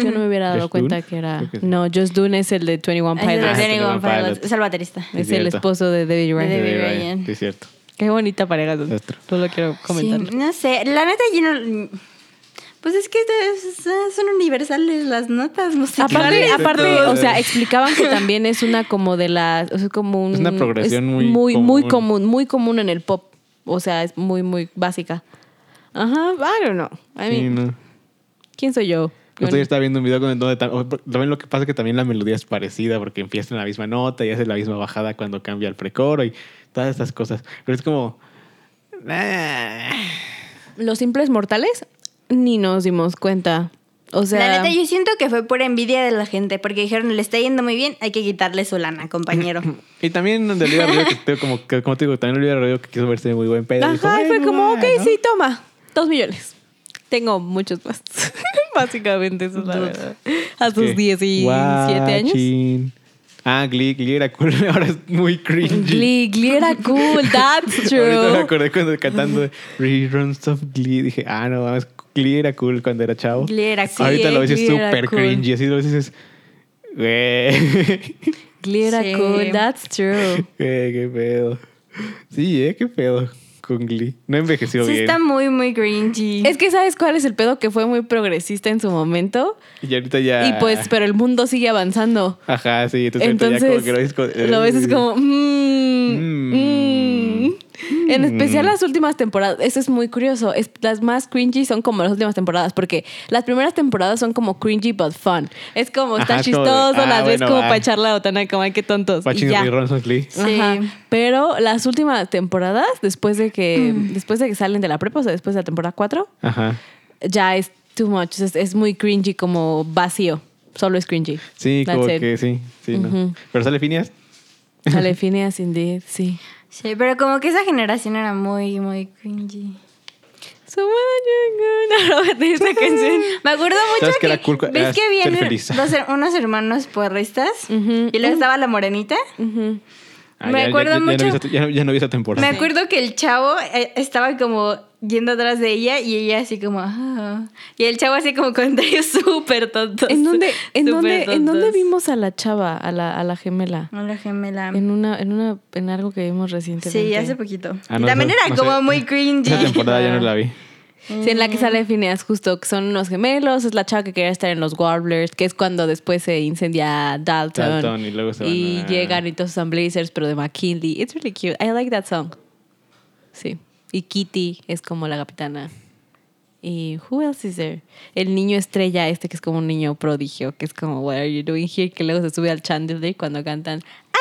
Speaker 2: Yo no me
Speaker 1: [LAUGHS]
Speaker 2: hubiera dado
Speaker 1: ¿Just
Speaker 2: cuenta
Speaker 1: Dune?
Speaker 2: que era...
Speaker 1: Creo que sí.
Speaker 2: No, Just Dune es el de 21
Speaker 3: Es, el
Speaker 1: Ah,
Speaker 3: de
Speaker 1: sí,
Speaker 2: Pilots.
Speaker 3: Danny
Speaker 1: Danny
Speaker 3: Goldfire,
Speaker 1: Pilot.
Speaker 3: es el baterista.
Speaker 1: Sí,
Speaker 2: Es el
Speaker 1: cierto.
Speaker 2: esposo de David
Speaker 3: De
Speaker 2: Ryan.
Speaker 3: David
Speaker 1: Sí,
Speaker 3: Ryan.
Speaker 1: Sí, es cierto.
Speaker 2: Qué bonita pareja. son.
Speaker 1: Otro.
Speaker 2: Solo quiero comentar.
Speaker 3: Sí, no sé, la neta yo no- Pues es que es- es- son universales las notas musicales.
Speaker 2: Aparte,
Speaker 1: Sí,
Speaker 2: aparte,
Speaker 1: todo.
Speaker 2: o sea, explicaban que también es una como de las, o sea, como un-
Speaker 1: Es una progresión muy
Speaker 2: muy común. muy
Speaker 1: común.
Speaker 2: común, muy común en el pop, o sea, es muy muy básica. Ajá, I don't know. I
Speaker 1: Sí,
Speaker 2: mean,
Speaker 1: no.
Speaker 2: ¿quién soy yo?
Speaker 1: El otro
Speaker 2: Bueno,
Speaker 1: día estaba viendo un video con donde tam- o- también lo que pasa es que también la melodía es parecida porque empieza en la misma nota y hace la misma bajada cuando cambia el precoro y todas estas cosas. Pero es como.
Speaker 2: Los simples mortales ni nos dimos cuenta. O sea,
Speaker 3: la neta yo siento que fue por envidia de la gente, porque dijeron, le está yendo muy bien, hay que quitarle su lana, compañero.
Speaker 1: [LAUGHS] Y también de Olivia Rodrigo, que te- como, que- como te digo, también Olivia Rodrigo que quiso verse muy buen pedo.
Speaker 2: ajá,
Speaker 1: dijo,
Speaker 2: y fue
Speaker 1: "Bueno,
Speaker 2: como,
Speaker 1: va",
Speaker 2: ok,
Speaker 1: ¿no?
Speaker 2: sí, toma, dos millones. Tengo muchos más. [LAUGHS] Básicamente eso es la verdad. A sus
Speaker 1: Que,
Speaker 2: 17 años.
Speaker 1: guachín. Ah, Glee, Glee era cool, [LAUGHS] ahora es muy cringy.
Speaker 2: Glee, Glee era cool, [LAUGHS]
Speaker 1: [LAUGHS]
Speaker 2: that's
Speaker 1: Ahorita me
Speaker 2: true.
Speaker 1: acordé cuando cantando reruns of Glee. Dije, ah, no mames, Glee era cool cuando era chavo.
Speaker 3: Glee era cool.
Speaker 1: Ahorita lo dices
Speaker 2: Glee era
Speaker 1: súper
Speaker 2: cool.
Speaker 1: cringy. Así lo dices, güey, [LAUGHS]
Speaker 2: Glee era
Speaker 3: Sí.
Speaker 2: cool, that's true.
Speaker 1: güey, qué pedo. Sí, eh, qué pedo con Glee. No envejeció
Speaker 3: Sí
Speaker 1: bien.
Speaker 3: está muy, muy cringy.
Speaker 2: Es que sabes cuál es el pedo que fue muy progresista en su momento
Speaker 1: Y ahorita ya.
Speaker 2: y pues pero el mundo sigue avanzando.
Speaker 1: Ajá, sí. Ah.
Speaker 2: Entonces
Speaker 1: Entonces, ahorita ya como que lo dices. con-
Speaker 2: lo ves es como
Speaker 1: Mm.
Speaker 2: mm, mm. en especial las últimas temporadas, eso es muy curioso, es- las más cringy son como las últimas temporadas porque las primeras temporadas son como cringy but fun. Es como está
Speaker 1: Ajá, es como
Speaker 2: chistoso,
Speaker 1: de, ah,
Speaker 2: las ves
Speaker 1: bueno,
Speaker 2: como
Speaker 1: va.
Speaker 2: para echar la botana como ay qué tontos y
Speaker 1: Watching
Speaker 2: ya.
Speaker 1: reruns of Glee.
Speaker 3: Sí.
Speaker 2: Ajá. Pero las últimas temporadas, después de que, después de que salen de la prepa, o sea, después de la temporada 4,
Speaker 1: Ajá.
Speaker 2: ya es too much. Es, es muy cringy, como vacío. Solo es cringy.
Speaker 1: Sí,
Speaker 2: That's
Speaker 1: como
Speaker 2: it.
Speaker 1: que sí. Sí, no.
Speaker 2: Ujú.
Speaker 1: Pero sale Phineas.
Speaker 2: Sale Phineas indeed, sí.
Speaker 3: Sí, pero como que esa generación era muy, muy cringy.
Speaker 2: Someone you know. No, no, de esa canción.
Speaker 3: Me acuerdo mucho
Speaker 1: ¿Sabes
Speaker 3: que,
Speaker 1: qué era cool? Era
Speaker 3: ves que
Speaker 1: ser
Speaker 3: habían
Speaker 1: feliz.
Speaker 3: dos her- unos hermanos porristas
Speaker 2: Ujú.
Speaker 3: y luego estaba la morenita.
Speaker 2: Ujú.
Speaker 3: Me acuerdo
Speaker 1: Ah, ya,
Speaker 3: mucho-
Speaker 1: Ya no, vi esa, ya no- ya no vi esa temporada.
Speaker 3: Me acuerdo que el chavo eh, estaba como yendo atrás de ella y ella así como... "Ah". Y el chavo así como [LAUGHS] comentarios súper tontos. [LAUGHS]
Speaker 2: ¿En dónde, en,
Speaker 3: súper
Speaker 2: dónde, ¿En dónde
Speaker 3: tontos.
Speaker 2: vimos a la chava, a la, a la gemela?
Speaker 3: A la gemela.
Speaker 2: En una, en una, en algo que vimos recientemente.
Speaker 3: Sí, hace poquito.
Speaker 1: Ah, no,
Speaker 3: Y También
Speaker 1: esa-
Speaker 3: era
Speaker 1: no
Speaker 3: como
Speaker 1: sé.
Speaker 3: muy cringy.
Speaker 1: Esa temporada ya no la vi.
Speaker 2: Sí, en la
Speaker 3: Mm.
Speaker 2: que sale Phineas justo, que son unos gemelos, es la chava que quería estar en los Warblers, que es cuando después se incendia Dalton.
Speaker 1: Dalton, y luego se
Speaker 2: y
Speaker 1: van a-
Speaker 2: llegan y todos son Blazers, pero de McKinley. It's really cute. I like that song. Sí. Y Kitty es como la capitana. Y who else is there? El niño estrella este que es como un niño prodigio, que es como What are you doing here? Que luego se sube al chandelier cuando cantan.
Speaker 3: [LAUGHS]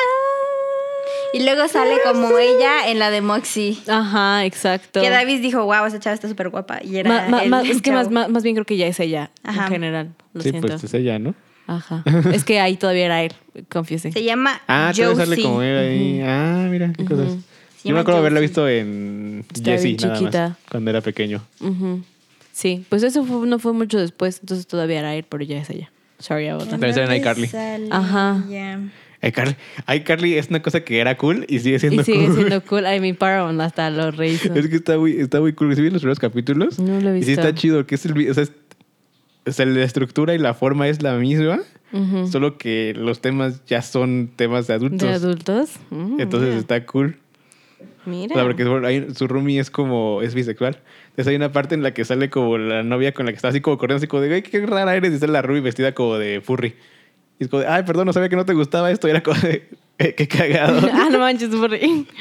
Speaker 3: Y luego sale como ella en la de Moxie.
Speaker 2: Ajá, exacto.
Speaker 3: Que Davis dijo, wow, esa chava está súper guapa. Y era
Speaker 2: Ma- ma-
Speaker 3: el-
Speaker 2: ma-
Speaker 3: el
Speaker 2: es que más,
Speaker 3: chavo.
Speaker 2: más, más bien creo que ya es ella
Speaker 3: Ajá.
Speaker 2: en general. Lo
Speaker 1: sí,
Speaker 2: siento.
Speaker 1: pues es ella, ¿no? [LAUGHS]
Speaker 2: Ajá. Es que ahí todavía era él, confusing.
Speaker 3: Se llama
Speaker 1: Ah, todavía
Speaker 3: Josie.
Speaker 1: sale como él ahí. Ah, mira, qué cosas. Yo
Speaker 3: Se
Speaker 1: me
Speaker 3: llama
Speaker 1: acuerdo haberla
Speaker 3: Josie.
Speaker 1: visto en
Speaker 2: Está
Speaker 1: Jessie,
Speaker 2: bien
Speaker 1: nada más,
Speaker 2: chiquita.
Speaker 1: cuando era pequeño.
Speaker 2: Ujú. Sí, pues eso fue- no fue mucho después, entonces todavía era él, pero ya es ella. Sorry about that.
Speaker 1: También sale en iCarly.
Speaker 3: Sale
Speaker 2: Ajá.
Speaker 3: ella.
Speaker 1: iCarly, iCarly es una cosa que era cool y sigue siendo
Speaker 2: Y sigue
Speaker 1: cool. [LAUGHS]
Speaker 2: siendo cool. I mean, Paramount hasta lo rehizo.
Speaker 1: Es que está muy, está muy cool. ¿Sí vi los primeros capítulos?
Speaker 2: No lo he
Speaker 1: Y sí está
Speaker 2: visto.
Speaker 1: chido, que es el... vi- O sea, es- o sea, la estructura y la forma es la misma,
Speaker 2: Ujú.
Speaker 1: solo que los temas ya son temas de adultos.
Speaker 2: ¿De adultos? Mm,
Speaker 1: Entonces
Speaker 2: mira.
Speaker 1: está cool.
Speaker 2: Mira.
Speaker 1: O
Speaker 2: [LAUGHS]
Speaker 1: sea, porque bueno, hay- su roomie es como, es bisexual. Entonces hay una parte en la que sale como la novia con la que está así como corriendo, así como de, güey, qué rara eres. Y sale la roomie vestida como de [LAUGHS] furry. Y es como de, ay, perdón, no sabía que no te gustaba esto. Y era como de, Eh,
Speaker 2: [LAUGHS]
Speaker 1: Qué cagado.
Speaker 2: ah, no manches, burri. [LAUGHS]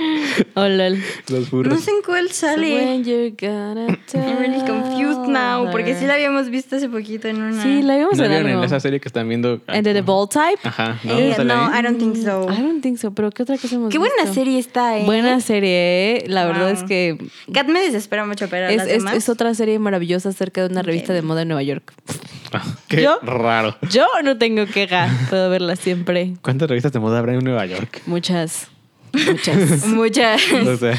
Speaker 2: Oh, lol.
Speaker 1: Los
Speaker 3: No
Speaker 1: burros.
Speaker 3: sé en cuál sale.
Speaker 2: When you're gonna
Speaker 3: I'm really
Speaker 2: tell
Speaker 3: confused now. Porque sí la
Speaker 2: her.
Speaker 3: habíamos visto hace poquito en una.
Speaker 2: Sí, la vimos
Speaker 1: ¿No
Speaker 2: en
Speaker 1: vieron en
Speaker 2: algo.
Speaker 1: esa serie que están viendo?
Speaker 2: ¿En The Ball Type?
Speaker 1: Ajá. No,
Speaker 3: Eh,
Speaker 1: ¿Sale
Speaker 3: no,
Speaker 1: ahí?
Speaker 3: I don't think so.
Speaker 2: I don't think so, pero ¿qué otra cosa hemos
Speaker 3: Qué buena
Speaker 2: Mm, visto?
Speaker 3: serie está, eh.
Speaker 2: Buena serie, ¿eh? la verdad
Speaker 3: Wow.
Speaker 2: es que
Speaker 3: Cat me desespera mucho, pero
Speaker 2: es,
Speaker 3: las
Speaker 2: es-
Speaker 3: demás.
Speaker 2: es otra serie maravillosa acerca de una
Speaker 3: Ok.
Speaker 2: revista de moda en Nueva York.
Speaker 1: Ah, Qué
Speaker 2: ¿Yo?
Speaker 1: raro.
Speaker 2: Yo no tengo queja, puedo verla siempre.
Speaker 1: ¿Cuántas revistas de moda habrá en Nueva
Speaker 2: [LAUGHS]
Speaker 1: York?
Speaker 2: Muchas,
Speaker 1: [LAUGHS]
Speaker 3: [LAUGHS]
Speaker 2: muchas.
Speaker 3: Muchas.
Speaker 1: O sea,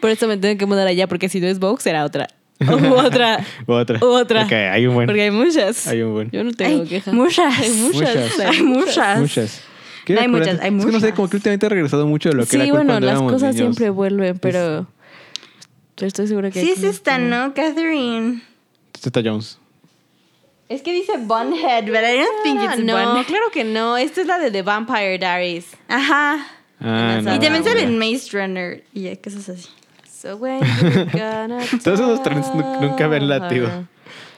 Speaker 2: Por eso me tengo que mudar allá, porque si no es Vogue, será otra. [LAUGHS] U otra.
Speaker 1: [LAUGHS] otra.
Speaker 2: U otra.
Speaker 1: Ok, hay un buen.
Speaker 2: Porque hay muchas.
Speaker 1: Hay un buen.
Speaker 2: Yo no tengo
Speaker 3: Ay,
Speaker 2: queja.
Speaker 3: muchas.
Speaker 2: Hay muchas.
Speaker 1: Muchas.
Speaker 3: Hay muchas.
Speaker 1: Muchas. ¿Qué
Speaker 3: No hay
Speaker 1: recuerdas?
Speaker 3: muchas, hay
Speaker 1: Es que no sé,
Speaker 3: muchas.
Speaker 1: como que últimamente he regresado mucho de lo que era
Speaker 2: Sí,
Speaker 1: cool
Speaker 2: bueno,
Speaker 1: cuando
Speaker 2: las
Speaker 1: éramos
Speaker 2: cosas
Speaker 1: niños.
Speaker 2: siempre vuelven, pero yo estoy segura que...
Speaker 3: [LAUGHS] Sí, es esta, ¿no? Catherine.
Speaker 1: Zeta Jones.
Speaker 3: Es que dice Bunhead, but I don't think it's
Speaker 2: Ah, no,
Speaker 3: Bunhead.
Speaker 2: claro que no. Esta es la de The Vampire Diaries.
Speaker 3: Ajá.
Speaker 1: Ah, no,
Speaker 3: y también
Speaker 1: no,
Speaker 3: sale
Speaker 1: no.
Speaker 3: en Maze Runner y ya, cosas así.
Speaker 2: So when [LAUGHS] you're gonna
Speaker 1: Todos esos trenes nu- nunca me han latido.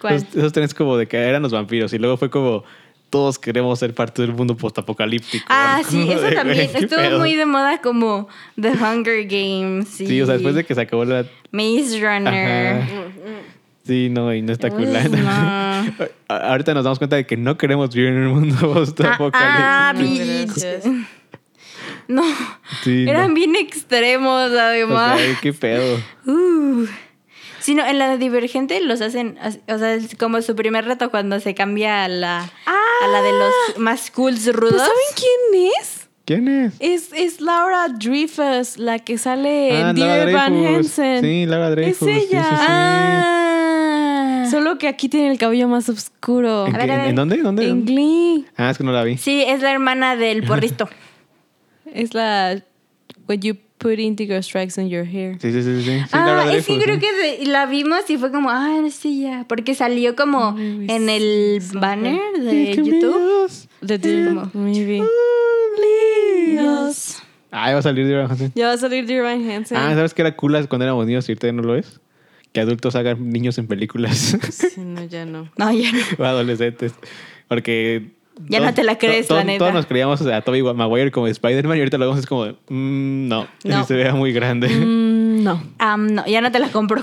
Speaker 2: tell her.
Speaker 1: Esos, esos trenes como de que eran los vampiros y luego fue como todos queremos ser parte del mundo postapocalíptico.
Speaker 3: Ah,
Speaker 1: [LAUGHS]
Speaker 3: sí,
Speaker 1: Como
Speaker 3: eso
Speaker 1: de,
Speaker 3: también.
Speaker 1: güey, qué
Speaker 3: Estuvo
Speaker 1: pedo.
Speaker 3: muy de moda como The Hunger Games. Y
Speaker 1: Sí, o sea, después de que se acabó la...
Speaker 3: Maze Runner.
Speaker 1: Ajá. Sí, no, y no está cool. la
Speaker 3: Ay,
Speaker 1: neta. [LAUGHS] A- Ahorita nos damos cuenta de que no queremos vivir en un mundo [LAUGHS]
Speaker 3: Ah, ah,
Speaker 1: postapocalíptico.
Speaker 3: bitch.
Speaker 2: Gracias.
Speaker 3: No,
Speaker 1: Sí, no.
Speaker 3: eran bien extremos
Speaker 1: O sea,
Speaker 3: además.
Speaker 1: qué pedo.
Speaker 3: Uh. Sí, no, en la Divergente los hacen, as- o sea, es como su primer reto cuando se cambia a la, a la de
Speaker 1: Ah.
Speaker 3: los más cools
Speaker 2: Ah, ¿Pero
Speaker 3: rudos.
Speaker 2: Pues, saben quién es?
Speaker 1: ¿Quién es?
Speaker 2: Es, es Laura Dreyfus, la que
Speaker 3: Eh,
Speaker 2: sale
Speaker 1: Ah,
Speaker 2: en
Speaker 1: Laura
Speaker 2: Dear Van
Speaker 1: Dreyfus.
Speaker 2: Hansen.
Speaker 1: Sí, Laura Dreyfus.
Speaker 2: Es
Speaker 1: sí, sí,
Speaker 2: ella.
Speaker 1: sí.
Speaker 3: Ah.
Speaker 2: Solo que aquí tiene el cabello más oscuro.
Speaker 1: ¿En,
Speaker 3: ver,
Speaker 1: qué-
Speaker 3: a
Speaker 1: en-
Speaker 3: ver.
Speaker 1: en dónde? ¿Dónde?
Speaker 2: En
Speaker 1: dónde?
Speaker 2: Glee
Speaker 1: Ah, es que no la vi.
Speaker 3: Sí, es la hermana del porrito.
Speaker 2: es la When you put indigo strikes on your hair.
Speaker 1: Sí, sí, sí, sí. sí Laura
Speaker 3: ah, es que
Speaker 1: Dreyfus,
Speaker 3: creo
Speaker 1: sí.
Speaker 3: que de- la vimos y fue como, ah, sí, ya. Porque salió como
Speaker 2: Maybe
Speaker 3: en el
Speaker 2: something.
Speaker 3: banner
Speaker 1: Sí,
Speaker 3: de
Speaker 1: qué
Speaker 3: YouTube.
Speaker 1: miedos.
Speaker 2: The Dear, maybe.
Speaker 3: Dios.
Speaker 1: Ah, iba a salir de Van Hansen.
Speaker 2: Ya va a salir Dear Van Hansen.
Speaker 1: Ah, ¿sabes qué era cool cuando éramos niños y ahorita ya no lo es? Que adultos hagan niños en películas [LAUGHS]
Speaker 2: Sí, no, ya no.
Speaker 3: No, ya no.
Speaker 1: o adolescentes. Porque.
Speaker 3: Ya no te la crees,
Speaker 1: to-
Speaker 3: la
Speaker 1: to-
Speaker 3: neta.
Speaker 1: Todos nos creíamos o sea, a Tobey Maguire como Spider-Man y ahorita lo vemos es como, de, mm, no,
Speaker 3: No.
Speaker 1: Sí se vea muy grande.
Speaker 2: Mm, no.
Speaker 3: Am, no, ya no te la compro,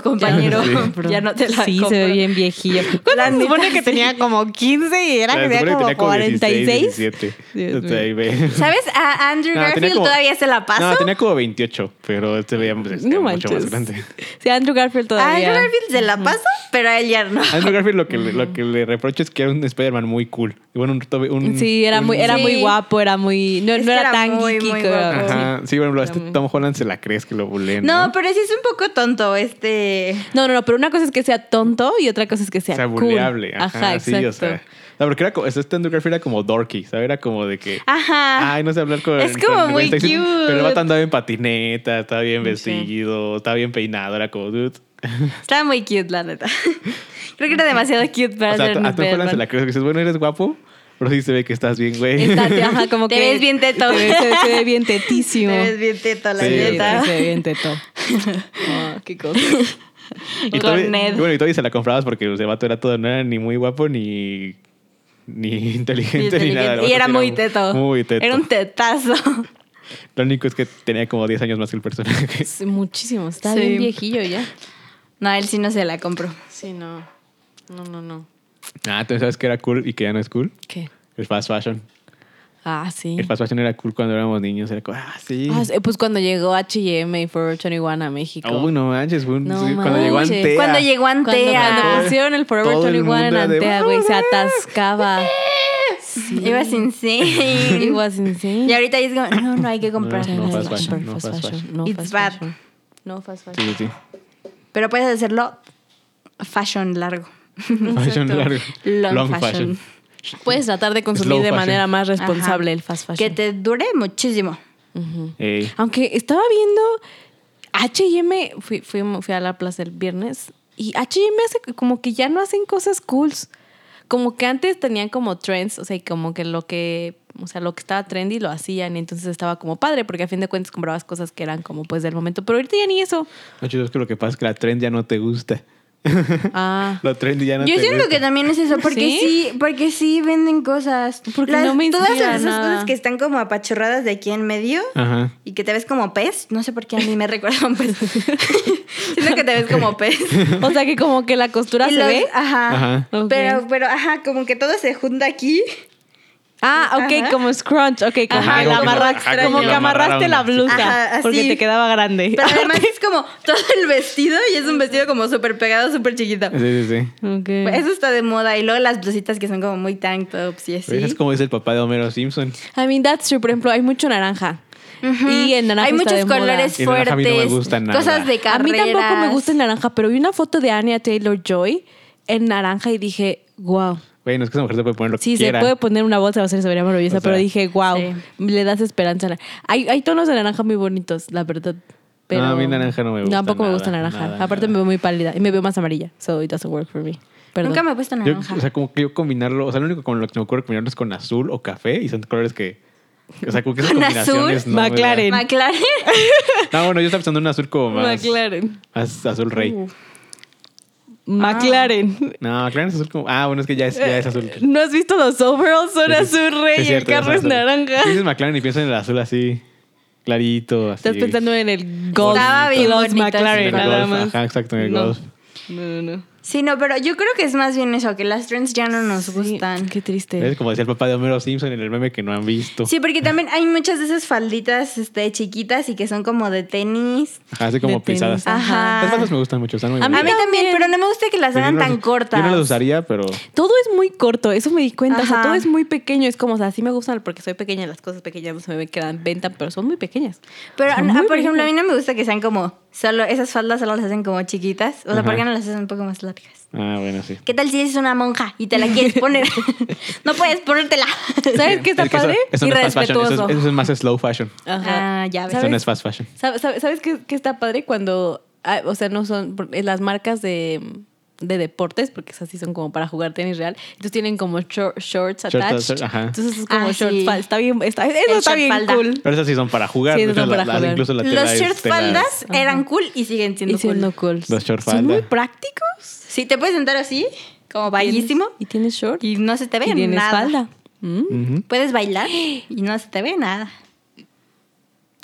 Speaker 2: [LAUGHS]
Speaker 3: compañero.
Speaker 1: Sí.
Speaker 3: [LAUGHS] Ya no te la
Speaker 2: sí,
Speaker 3: compro.
Speaker 2: se ve bien [LAUGHS] viejillo.
Speaker 3: La
Speaker 2: ¿Cuándo se supone
Speaker 3: neta,
Speaker 2: que
Speaker 3: sí.
Speaker 2: tenía como 15 y era
Speaker 1: [LAUGHS] O sea,
Speaker 2: que
Speaker 1: se supone
Speaker 2: tenía como 46?
Speaker 1: 17.
Speaker 2: Dios
Speaker 1: O sea, ahí ve. [LAUGHS]
Speaker 3: ¿Sabes? A Andrew
Speaker 1: No, tenía
Speaker 3: Garfield
Speaker 1: como-
Speaker 3: todavía se la
Speaker 1: No,
Speaker 3: paso.
Speaker 1: tenía como 28, pero se veía pues, este,
Speaker 2: No
Speaker 1: mucho más
Speaker 2: manches.
Speaker 1: grande.
Speaker 2: Sí, Ah, Andrew Garfield
Speaker 3: A Andrew
Speaker 2: todavía.
Speaker 3: Garfield se la paso, pero a él ya no.
Speaker 1: [LAUGHS] Andrew Garfield lo que, le- lo que le reprocho es que era un Spider-Man muy cool. Y bueno, un, Tobey- un-
Speaker 2: Mm. Sí, era muy,
Speaker 1: un-
Speaker 2: era muy
Speaker 3: Sí.
Speaker 2: guapo, era muy. No,
Speaker 3: Es
Speaker 2: no
Speaker 3: que
Speaker 2: era,
Speaker 3: era
Speaker 2: tan
Speaker 3: muy,
Speaker 2: geeky
Speaker 3: muy
Speaker 2: como-
Speaker 3: guapo.
Speaker 1: Ajá, sí, bueno, este
Speaker 2: Era muy-
Speaker 1: Tom Holland se la crees que lo bulen.
Speaker 3: No, pero sí es un poco tonto este.
Speaker 2: No, no, no, pero una cosa es que sea tonto y otra cosa es que sea.
Speaker 1: O sea,
Speaker 2: cool.
Speaker 1: buleable.
Speaker 2: Ajá,
Speaker 1: Ajá,
Speaker 2: exacto.
Speaker 1: sí, o sea. No, porque era como, este Andrew Garfield era como dorky, ¿sabes? Era como de que.
Speaker 3: Ajá.
Speaker 1: Ay, no sé hablar con.
Speaker 3: Ah. Es como
Speaker 1: con
Speaker 3: muy
Speaker 1: Gwen Stacy",
Speaker 3: cute.
Speaker 1: Pero el vato andaba en patineta, estaba bien
Speaker 2: Sí.
Speaker 1: vestido, estaba bien peinado, era como dude.
Speaker 3: Estaba muy cute, la neta. [LAUGHS] Creo que era demasiado cute para
Speaker 1: o sea,
Speaker 3: ser
Speaker 1: a
Speaker 3: un
Speaker 1: a Tom Holland se la
Speaker 3: perro.
Speaker 1: crees que dices, bueno, eres guapo, pero sí se ve que estás bien, [LAUGHS] güey.
Speaker 2: Estate, ajá, como
Speaker 3: Te
Speaker 2: que-
Speaker 3: ves bien teto.
Speaker 2: Te [LAUGHS] ves- se ve- se ve bien tetísimo.
Speaker 3: Te ves bien teto, la
Speaker 1: Sí,
Speaker 3: neta.
Speaker 2: Se ve [LAUGHS] bien teto. Oh, qué cosa.
Speaker 3: [LAUGHS]
Speaker 1: y
Speaker 3: con
Speaker 1: Toby-
Speaker 3: Ned.
Speaker 1: y bueno, y Toby se la comprabas porque ese vato era todo, no era ni muy guapo ni. Ni inteligente, ni nada. El
Speaker 3: y
Speaker 1: vato
Speaker 3: era
Speaker 1: sí
Speaker 3: muy teto.
Speaker 1: Muy teto.
Speaker 3: Era un tetazo.
Speaker 1: Lo único es que tenía como 10 años más que el
Speaker 3: [LAUGHS]
Speaker 1: personaje.
Speaker 2: Sí, Muchísimo. Está
Speaker 3: Sí.
Speaker 2: bien viejillo ya.
Speaker 3: No, él sí no se la compró.
Speaker 2: Sí, no. No, no, no.
Speaker 1: Ah, ¿tú sabes que era cool y que ya no es cool?
Speaker 2: ¿Qué?
Speaker 1: El fast fashion.
Speaker 2: Ah, sí.
Speaker 1: El fast fashion era cool cuando éramos niños. Era como, ah, sí.
Speaker 2: Ah, sí, pues cuando llegó H&M y Forever 21 a México.
Speaker 1: Uy, Oh, no manches. fue un-
Speaker 2: No
Speaker 1: sí, cuando
Speaker 2: manches.
Speaker 1: llegó Antea.
Speaker 3: Cuando llegó
Speaker 2: Cuando,
Speaker 3: Antea.
Speaker 2: cuando pusieron el Forever
Speaker 1: Todo el
Speaker 2: 21 en
Speaker 1: mundo era de, "Ah".
Speaker 2: Antea, güey, se atascaba.
Speaker 1: [LAUGHS]
Speaker 3: Ibas insane.
Speaker 2: It was insane.
Speaker 3: Y ahorita es como, no, no hay que comprar.
Speaker 1: No, no, fast
Speaker 2: Fast
Speaker 1: fashion, no
Speaker 2: fast
Speaker 1: fast
Speaker 2: fashion,
Speaker 1: fashion.
Speaker 2: no
Speaker 3: It's
Speaker 2: fast
Speaker 3: bad.
Speaker 2: fashion. No fast fashion.
Speaker 1: Sí,
Speaker 3: [LAUGHS]
Speaker 1: sí, sí.
Speaker 3: Pero puedes hacerlo fashion largo.
Speaker 1: Fashion
Speaker 2: Exacto.
Speaker 1: largo.
Speaker 3: Long fashion. Pues,
Speaker 2: Puedes tratar de consumir
Speaker 1: Slow
Speaker 2: de
Speaker 1: fashion.
Speaker 2: manera más [LAUGHS] responsable
Speaker 3: Ajá.
Speaker 2: el fast
Speaker 3: Que
Speaker 2: fashion.
Speaker 3: te dure muchísimo.
Speaker 1: Ey.
Speaker 2: Aunque estaba viendo H&M, fui, fui, fui a la plaza el viernes y H&M hace como que ya no hacen cosas cools. Como que antes tenían como trends, o sea, y como que lo que, o sea, lo que estaba trendy lo hacían y entonces estaba como padre porque a fin de cuentas comprabas cosas que eran como pues del momento, pero ahorita ya ni eso.
Speaker 1: No, chido, es que lo que pasa es que la trend ya no te gusta.
Speaker 2: Ah.
Speaker 1: Lo trendy ya no
Speaker 3: Yo
Speaker 1: te
Speaker 3: siento
Speaker 1: gusta.
Speaker 3: que también es eso, porque
Speaker 2: ¿Sí?
Speaker 3: ¿Sí? porque sí venden cosas.
Speaker 2: Porque no me
Speaker 3: todas
Speaker 2: inspira
Speaker 3: esas
Speaker 2: nada.
Speaker 3: cosas que están como apachurradas de aquí en medio
Speaker 1: Ajá.
Speaker 3: y que te ves como pez, no sé por qué a mí me [LAUGHS] recuerda a un pez. siento que te ves
Speaker 2: [LAUGHS]
Speaker 3: como pez.
Speaker 2: O sea que como que la costura
Speaker 3: Y
Speaker 2: se
Speaker 3: los-
Speaker 2: ve.
Speaker 3: Ajá.
Speaker 1: Ajá.
Speaker 2: Ok.
Speaker 3: Pero, pero, ajá, como que todo se junta aquí.
Speaker 2: Ah, ok,
Speaker 3: Ajá.
Speaker 2: como scrunch. Ok, como
Speaker 1: Ajá,
Speaker 2: que
Speaker 1: como
Speaker 2: la
Speaker 1: que-
Speaker 2: amarra-
Speaker 1: ajá,
Speaker 2: como que amarraste la
Speaker 1: amarraron.
Speaker 2: blusa
Speaker 3: Ajá, así.
Speaker 2: porque te quedaba grande. [LAUGHS]
Speaker 3: Pero además es como todo el vestido y es un vestido como súper pegado, súper chiquito.
Speaker 1: Sí, sí, sí.
Speaker 2: Ok.
Speaker 3: Eso está de moda. Y luego las blusitas que son como muy tank tops y así.
Speaker 1: Es como es el papá de Homero Simpson.
Speaker 2: I mean, that's true. Por ejemplo, hay mucho naranja.
Speaker 3: Ujú.
Speaker 2: Y el naranja
Speaker 3: Hay
Speaker 2: está
Speaker 3: muchos
Speaker 2: de moda.
Speaker 3: colores
Speaker 1: El
Speaker 3: fuertes.
Speaker 1: naranja a mí no me gusta nada.
Speaker 3: Cosas de
Speaker 2: A mí
Speaker 3: carreras.
Speaker 2: tampoco me gusta el naranja, pero vi una foto de Anya Taylor Joy en naranja y dije, wow.
Speaker 1: Bueno, es que esa mujer se puede poner lo
Speaker 2: Sí,
Speaker 1: que quiera.
Speaker 2: se puede poner una bolsa, va a ser, se vería maravillosa,
Speaker 1: O sea,
Speaker 2: pero dije, wow,
Speaker 3: sí.
Speaker 2: le das esperanza. a la- Hay, hay tonos de naranja muy bonitos, la verdad. Pero
Speaker 1: No, a mí naranja no me gusta
Speaker 2: Tampoco me
Speaker 1: nada,
Speaker 2: gusta naranja.
Speaker 1: nada,
Speaker 2: Aparte
Speaker 1: nada.
Speaker 2: me veo muy pálida y me veo más amarilla, so it doesn't work for me. Perdón.
Speaker 3: Nunca me he puesto
Speaker 1: Yo,
Speaker 3: naranja.
Speaker 1: o sea, como que yo combinarlo, o sea, lo único con lo que me ocurre combinarlo es con azul o café y son colores que. O sea, como que esas
Speaker 3: ¿Con
Speaker 1: combinaciones
Speaker 3: azul?
Speaker 1: no. me
Speaker 2: McLaren.
Speaker 3: McLaren. [LAUGHS]
Speaker 1: dan. No, bueno, yo estaba pensando en un azul como más.
Speaker 2: McLaren. Uh.
Speaker 3: Ah.
Speaker 1: más azul rey.
Speaker 2: McLaren.
Speaker 1: No, McLaren es azul como. Ah, bueno, es que ya es, ya
Speaker 2: [LAUGHS]
Speaker 1: es azul.
Speaker 2: ¿No has visto los overalls? Son
Speaker 1: Sí, sí.
Speaker 2: azul
Speaker 1: Sí,
Speaker 2: rey y el
Speaker 1: cierto, ya
Speaker 2: carro es
Speaker 1: azul.
Speaker 2: naranja.
Speaker 1: Sí, Dices McLaren y pienso en el azul así, clarito, así.
Speaker 2: Estás pensando en el golf
Speaker 3: Estaba
Speaker 2: y
Speaker 3: bien
Speaker 2: los
Speaker 3: bonito,
Speaker 2: McLaren,
Speaker 3: sí.
Speaker 1: En el
Speaker 2: nada
Speaker 1: golf,
Speaker 2: más.
Speaker 1: ajá, exacto, en el
Speaker 2: no.
Speaker 1: golf.
Speaker 2: No, no, no.
Speaker 3: Sí, no, pero yo creo que es más bien eso, que las trends ya no nos
Speaker 2: Sí,
Speaker 3: gustan.
Speaker 2: Qué
Speaker 1: Es
Speaker 2: triste.
Speaker 1: como decía el papá de Homero Simpson en el meme que no han visto.
Speaker 3: Sí, porque también hay muchas de esas falditas este, chiquitas y que son como de tenis.
Speaker 1: Ajá, así como
Speaker 2: De tenis.
Speaker 1: pisadas.
Speaker 3: Ajá.
Speaker 1: Las bandas me gustan mucho, están muy
Speaker 2: A
Speaker 3: A mí
Speaker 1: bonitas.
Speaker 3: también,
Speaker 2: también.
Speaker 3: pero no me gusta que las
Speaker 1: Pero yo
Speaker 3: hagan
Speaker 1: no
Speaker 3: tan
Speaker 1: las- Yo no las
Speaker 3: cortas.
Speaker 1: usaría, pero.
Speaker 2: Todo es muy corto, eso me di cuenta. O sea,
Speaker 3: Ajá.
Speaker 2: todo es muy pequeño. Es como, o sea, sí me gustan porque soy pequeña, las cosas pequeñas se me quedan venta, pero son muy pequeñas.
Speaker 3: Pero,
Speaker 2: Son
Speaker 3: ah,
Speaker 2: muy
Speaker 3: por ejemplo, a
Speaker 2: pequeñas.
Speaker 3: mí no me gusta que sean como, solo esas faldas solo las hacen como chiquitas. O sea, ¿por
Speaker 1: Ajá.
Speaker 3: qué no las hacen un poco más largas?
Speaker 1: Ah, bueno, sí.
Speaker 3: ¿Qué tal si eres una monja y te la
Speaker 2: [LAUGHS]
Speaker 3: quieres poner? [LAUGHS] no puedes ponértela.
Speaker 2: ¿Sabes qué está
Speaker 1: Es que
Speaker 2: padre?
Speaker 1: Eso, eso no es fast fashion, eso
Speaker 2: Irrespetuoso.
Speaker 1: es, eso es más slow fashion.
Speaker 2: Ajá.
Speaker 3: Ah, ya ves.
Speaker 1: Eso no
Speaker 2: ¿Sabes?
Speaker 1: es fast fashion.
Speaker 2: ¿Sabes, sabes, sabes qué, qué está padre cuando, ah, o sea, no son por- eh, las marcas de, de deportes, porque esas sí son como para jugar tenis real, entonces tienen como shor- shorts
Speaker 1: Shorts,
Speaker 2: attached.
Speaker 1: ajá.
Speaker 2: Entonces es como
Speaker 3: Ah,
Speaker 2: shorts
Speaker 3: sí.
Speaker 2: fal- Está bien, está, eso
Speaker 3: El
Speaker 2: está
Speaker 3: short
Speaker 2: bien
Speaker 3: falda.
Speaker 2: cool.
Speaker 1: Pero esas sí son para jugar.
Speaker 2: Sí,
Speaker 1: de
Speaker 2: son
Speaker 1: hecho,
Speaker 2: para
Speaker 1: las-
Speaker 2: jugar.
Speaker 1: Incluso la tela
Speaker 3: Los
Speaker 1: es
Speaker 3: shirts
Speaker 1: tela-
Speaker 3: faldas
Speaker 2: Ajá.
Speaker 3: eran cool y siguen siendo
Speaker 2: Y siendo
Speaker 3: cool.
Speaker 2: cool.
Speaker 1: Los short
Speaker 2: Son muy
Speaker 1: falda.
Speaker 2: prácticos.
Speaker 3: Sí, te puedes sentar así, como bellísimo,
Speaker 2: Y tienes short.
Speaker 3: y no se te ve
Speaker 2: y tienes
Speaker 3: nada.
Speaker 2: falda. Mm,
Speaker 1: Ujú.
Speaker 3: Puedes bailar y no se te ve nada.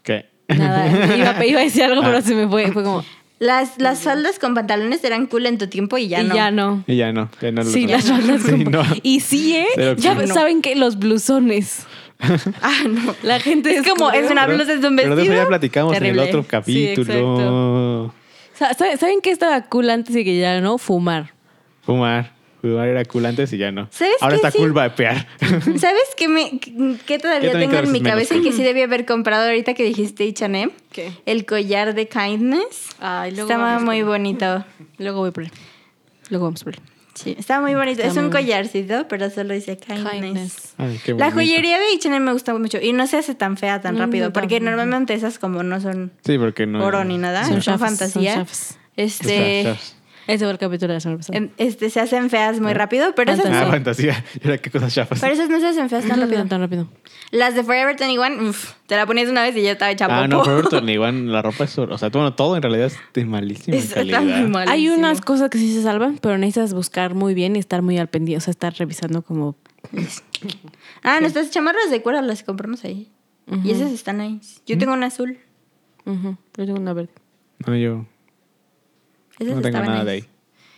Speaker 1: ¿Qué?
Speaker 2: Nada. ¿eh? Iba, iba a decir algo,
Speaker 1: Ah.
Speaker 2: pero se me fue. Fue como.
Speaker 3: Las, las faldas con pantalones eran cool en tu tiempo y [LAUGHS] ya
Speaker 2: y
Speaker 3: no.
Speaker 2: ya no.
Speaker 1: [LAUGHS] Y ya no. Ya no lo
Speaker 2: Sí,
Speaker 1: uso.
Speaker 2: las faldas.
Speaker 1: [LAUGHS] Sí,
Speaker 2: son-
Speaker 1: no.
Speaker 2: Y sí, ¿eh?
Speaker 1: Cero
Speaker 2: ya
Speaker 1: cool.
Speaker 2: saben que los blusones.
Speaker 3: Ah, no.
Speaker 2: [LAUGHS] La gente
Speaker 3: Es como,
Speaker 2: descubrió-
Speaker 3: es una blusa, es un
Speaker 1: Pero
Speaker 3: vestido.
Speaker 1: de eso ya platicamos en el
Speaker 3: Terrible.
Speaker 1: otro capítulo.
Speaker 2: exacto. Sa- ¿Saben, ¿Saben qué estaba cool antes de que ya no? Fumar.
Speaker 1: Fumar. Fumar era cool antes y ya no.
Speaker 3: ¿Sabes
Speaker 1: Ahora
Speaker 3: qué?
Speaker 1: está
Speaker 3: Sí.
Speaker 1: cool vapear. [LAUGHS]
Speaker 3: ¿Sabes qué, me, qué
Speaker 1: Yo
Speaker 3: todavía
Speaker 1: también
Speaker 3: tengo
Speaker 1: creo que
Speaker 3: en mi
Speaker 1: es menos
Speaker 3: cabeza y que sí debía haber comprado ahorita que dijiste H&M?
Speaker 2: ¿Qué?
Speaker 3: El collar de kindness.
Speaker 2: Ay, luego
Speaker 3: Estaba
Speaker 2: vamos por
Speaker 3: muy
Speaker 2: él.
Speaker 3: bonito.
Speaker 2: Luego voy por él. Luego vamos por él.
Speaker 3: Sí, estaba muy bonito.
Speaker 2: Está
Speaker 3: es un
Speaker 2: muy-
Speaker 3: collarcito, pero solo dice kindness.
Speaker 2: Kindness.
Speaker 1: Ay, qué
Speaker 3: La
Speaker 1: bonito.
Speaker 3: joyería de H&M me gusta mucho y no se hace tan fea tan
Speaker 2: No,
Speaker 3: rápido
Speaker 2: no,
Speaker 3: porque
Speaker 2: tampoco.
Speaker 3: normalmente esas como no son
Speaker 1: Sí, porque no.
Speaker 3: oro ni nada,
Speaker 2: Son
Speaker 3: son,
Speaker 2: chafas,
Speaker 3: fantasía.
Speaker 2: son chafas.
Speaker 3: Este,
Speaker 1: Está- está-
Speaker 2: Ese fue el capítulo de la semana pasada.
Speaker 3: en- este se hacen feas muy rápido, pero esas,
Speaker 1: Ah,
Speaker 2: Fantasía.
Speaker 3: no,
Speaker 1: fantasía. Era qué cosas chafas.
Speaker 3: pero esas no se hacen feas tan
Speaker 2: No, no,
Speaker 3: rápido.
Speaker 2: no, tan rápido.
Speaker 3: Las de Forever 21, uf, te la ponías una vez y ya estaba hecha
Speaker 1: Ah,
Speaker 3: popo.
Speaker 1: no, Forever 21, la ropa es... O sea, bueno, todo en realidad es de malísima
Speaker 3: Es- está
Speaker 1: calidad.
Speaker 3: muy mal.
Speaker 2: Hay
Speaker 3: Malísimo.
Speaker 2: unas cosas que sí se salvan, pero necesitas buscar muy bien y estar muy al pendiente. O sea, estar revisando como.
Speaker 3: [LAUGHS] Ah, nuestras chamarras de cuero las compramos ahí. Y esas están ahí.
Speaker 1: Mm.
Speaker 3: Yo tengo una azul.
Speaker 2: ujú, Yo tengo una verde.
Speaker 1: No, yo
Speaker 3: Esas
Speaker 1: no tengo
Speaker 3: estaban
Speaker 1: nada de
Speaker 3: ahí.
Speaker 1: ahí.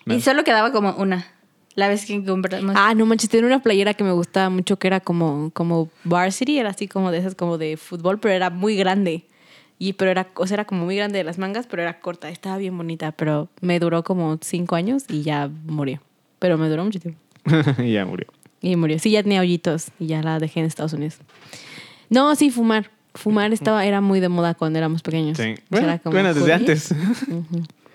Speaker 1: Nada.
Speaker 3: Y solo quedaba como una. La vez que compramos.
Speaker 2: Ah, no manches, tenía una playera que me gustaba mucho que era como, como varsity, era así como de esas como de fútbol, pero era muy grande. Y pero era, o sea, era como muy grande de las mangas, pero era corta, estaba bien bonita, pero me duró como cinco años y ya murió. Pero me duró mucho tiempo.
Speaker 1: [LAUGHS] y ya murió.
Speaker 2: Y murió. Sí, ya tenía hoyitos y ya la dejé en Estados Unidos. No, sí, fumar. Fumar estaba, era muy de moda cuando éramos pequeños.
Speaker 1: Sí.
Speaker 2: O sea,
Speaker 1: Bueno,
Speaker 2: era como
Speaker 1: bueno, desde
Speaker 2: cool.
Speaker 1: antes.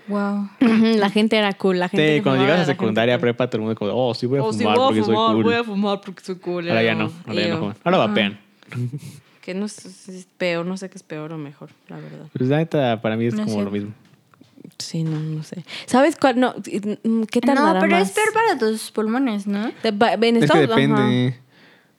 Speaker 3: Wow.
Speaker 2: La gente era cool, la gente.
Speaker 1: Sí,
Speaker 2: que
Speaker 1: cuando
Speaker 2: fumaba,
Speaker 1: llegas a
Speaker 2: la gente
Speaker 1: secundaria,
Speaker 2: cool.
Speaker 1: prepa, todo el mundo como, oh, sí voy a
Speaker 2: Oh, sí,
Speaker 1: fumar porque soy cool.
Speaker 2: voy a fumar porque soy cool.
Speaker 1: Ahora
Speaker 2: era
Speaker 1: ya no,
Speaker 2: como,
Speaker 1: ahora ya no
Speaker 2: ew.
Speaker 1: fuman. Ahora vapean.
Speaker 2: Que no sé si es peor, no sé qué es peor o mejor, la verdad.
Speaker 1: Pues la neta, para mí es
Speaker 3: No
Speaker 1: como
Speaker 3: sé.
Speaker 1: lo mismo.
Speaker 2: Sí, no, no sé. ¿Sabes cuál? No, mm, ¿qué tal?
Speaker 3: No, pero es peor para tus
Speaker 1: [LAUGHS]
Speaker 3: pulmones, ¿no?
Speaker 2: En
Speaker 1: Es que
Speaker 2: Estados-
Speaker 1: depende.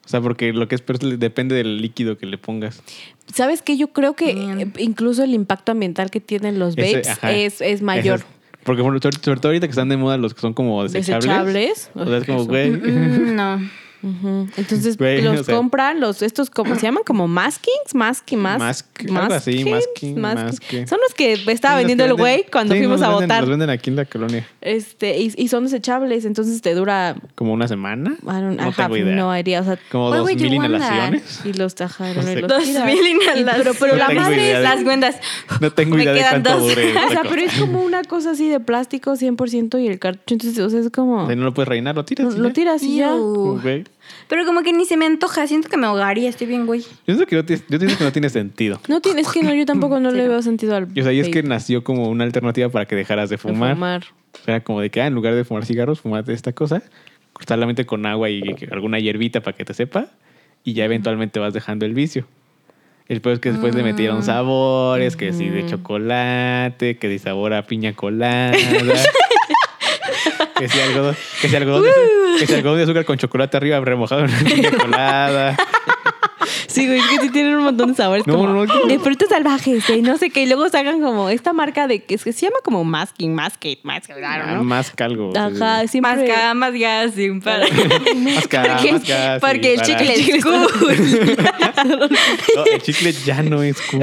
Speaker 1: O sea, porque lo que es peor depende del líquido que le pongas.
Speaker 2: ajá. ¿Sabes qué? Yo creo que
Speaker 3: Bien.
Speaker 2: eh, incluso el impacto ambiental que tienen los
Speaker 1: Ese,
Speaker 2: vapes
Speaker 1: ajá.
Speaker 2: es, es
Speaker 1: Ese
Speaker 2: mayor.
Speaker 1: es- Porque por- sobre sobre todo ahorita que están de moda los que son como desechables.
Speaker 2: Desechables.
Speaker 1: O sea, es como,
Speaker 2: Eso.
Speaker 1: güey. [LAUGHS]
Speaker 3: Mm, no.
Speaker 2: Ujú. Entonces
Speaker 1: Güey,
Speaker 2: los
Speaker 1: o sea-
Speaker 2: compran, los estos como se llaman como maskings, masking, mas,
Speaker 1: Mask- algo así, masking, masking.
Speaker 2: Son los que estaba
Speaker 1: Los
Speaker 2: vendiendo
Speaker 1: que
Speaker 2: el
Speaker 1: venden-
Speaker 2: güey cuando
Speaker 1: Sí,
Speaker 2: fuimos
Speaker 1: los
Speaker 2: a
Speaker 1: venden-
Speaker 2: votar.
Speaker 1: Los venden aquí en la colonia.
Speaker 2: Este, y, y son desechables, entonces te dura
Speaker 1: Como una semana.
Speaker 2: I don't,
Speaker 1: no
Speaker 2: I
Speaker 1: tengo
Speaker 2: have
Speaker 1: idea.
Speaker 2: no idea, o sea,
Speaker 1: Como
Speaker 3: Why
Speaker 1: dos
Speaker 3: would
Speaker 1: mil
Speaker 3: you want that?
Speaker 1: inhalaciones.
Speaker 2: y los tajaron
Speaker 1: No
Speaker 2: y
Speaker 1: sé.
Speaker 2: los
Speaker 3: Dos
Speaker 2: tiras.
Speaker 3: mil
Speaker 2: Y-
Speaker 3: inhalas.
Speaker 2: Pero, pero
Speaker 1: No
Speaker 2: la
Speaker 1: tengo
Speaker 2: madre
Speaker 1: idea
Speaker 2: es
Speaker 1: de-
Speaker 2: las
Speaker 3: Las cuentas.
Speaker 1: No tengo
Speaker 3: Me
Speaker 1: idea de
Speaker 3: quedan
Speaker 1: cuánto
Speaker 3: dos.
Speaker 1: dure.
Speaker 2: O sea,
Speaker 1: esa
Speaker 2: pero
Speaker 1: cosa.
Speaker 2: es como una cosa así de plástico 100% y el cartucho, entonces, o sea, es
Speaker 1: O
Speaker 2: como...
Speaker 1: sea, no lo puedes rellenar, lo tiras.
Speaker 2: Lo,
Speaker 1: y
Speaker 2: lo
Speaker 1: ya.
Speaker 2: tiras y ya.
Speaker 3: Iu.
Speaker 1: Güey.
Speaker 3: [LAUGHS] Pero como que ni se me antoja. Siento que me ahogaría. Estoy bien, güey.
Speaker 1: Yo siento que no, tiene- yo siento que no tiene sentido.
Speaker 2: No tiene, es que no, yo tampoco no le
Speaker 3: Cero.
Speaker 2: veo sentido al...
Speaker 1: Y, o sea, y es que
Speaker 2: vape,
Speaker 1: nació como una alternativa para que dejaras de
Speaker 2: al
Speaker 1: fumar. Era como de que, ah, en lugar de fumar cigarros, fumate esta cosa, cortar la mente con agua y que- alguna hierbita para que te sepa, y ya eventualmente vas dejando el vicio. El peor es que después le
Speaker 3: Mm.
Speaker 1: metieron sabores, que sí de chocolate, que de sabor a piña
Speaker 3: [LAUGHS]
Speaker 1: colada, que si algodón, que sí algodón, de,
Speaker 3: Uh.
Speaker 1: azu- que sí algodón de azúcar con chocolate arriba remojado en una piña
Speaker 3: [LAUGHS]
Speaker 1: colada.
Speaker 2: Sí, güey, es que sí tienen un montón de sabores.
Speaker 1: No,
Speaker 2: como
Speaker 1: no, no.
Speaker 2: De frutas salvajes, de no sé qué. Y luego sacan como esta marca de que, es que se llama como Masking, Masking, Masking,
Speaker 1: Ah,
Speaker 2: claro, ¿no?
Speaker 1: Más calgo.
Speaker 2: Ajá, siempre.
Speaker 3: Más gas, más gas. Sin para.
Speaker 1: Más ca-
Speaker 3: Porque-
Speaker 1: más ca- sí,
Speaker 3: porque el
Speaker 1: para-
Speaker 3: chicle
Speaker 2: El chicle
Speaker 3: es cool.
Speaker 2: [LAUGHS]
Speaker 1: No, el chicle ya no es cool.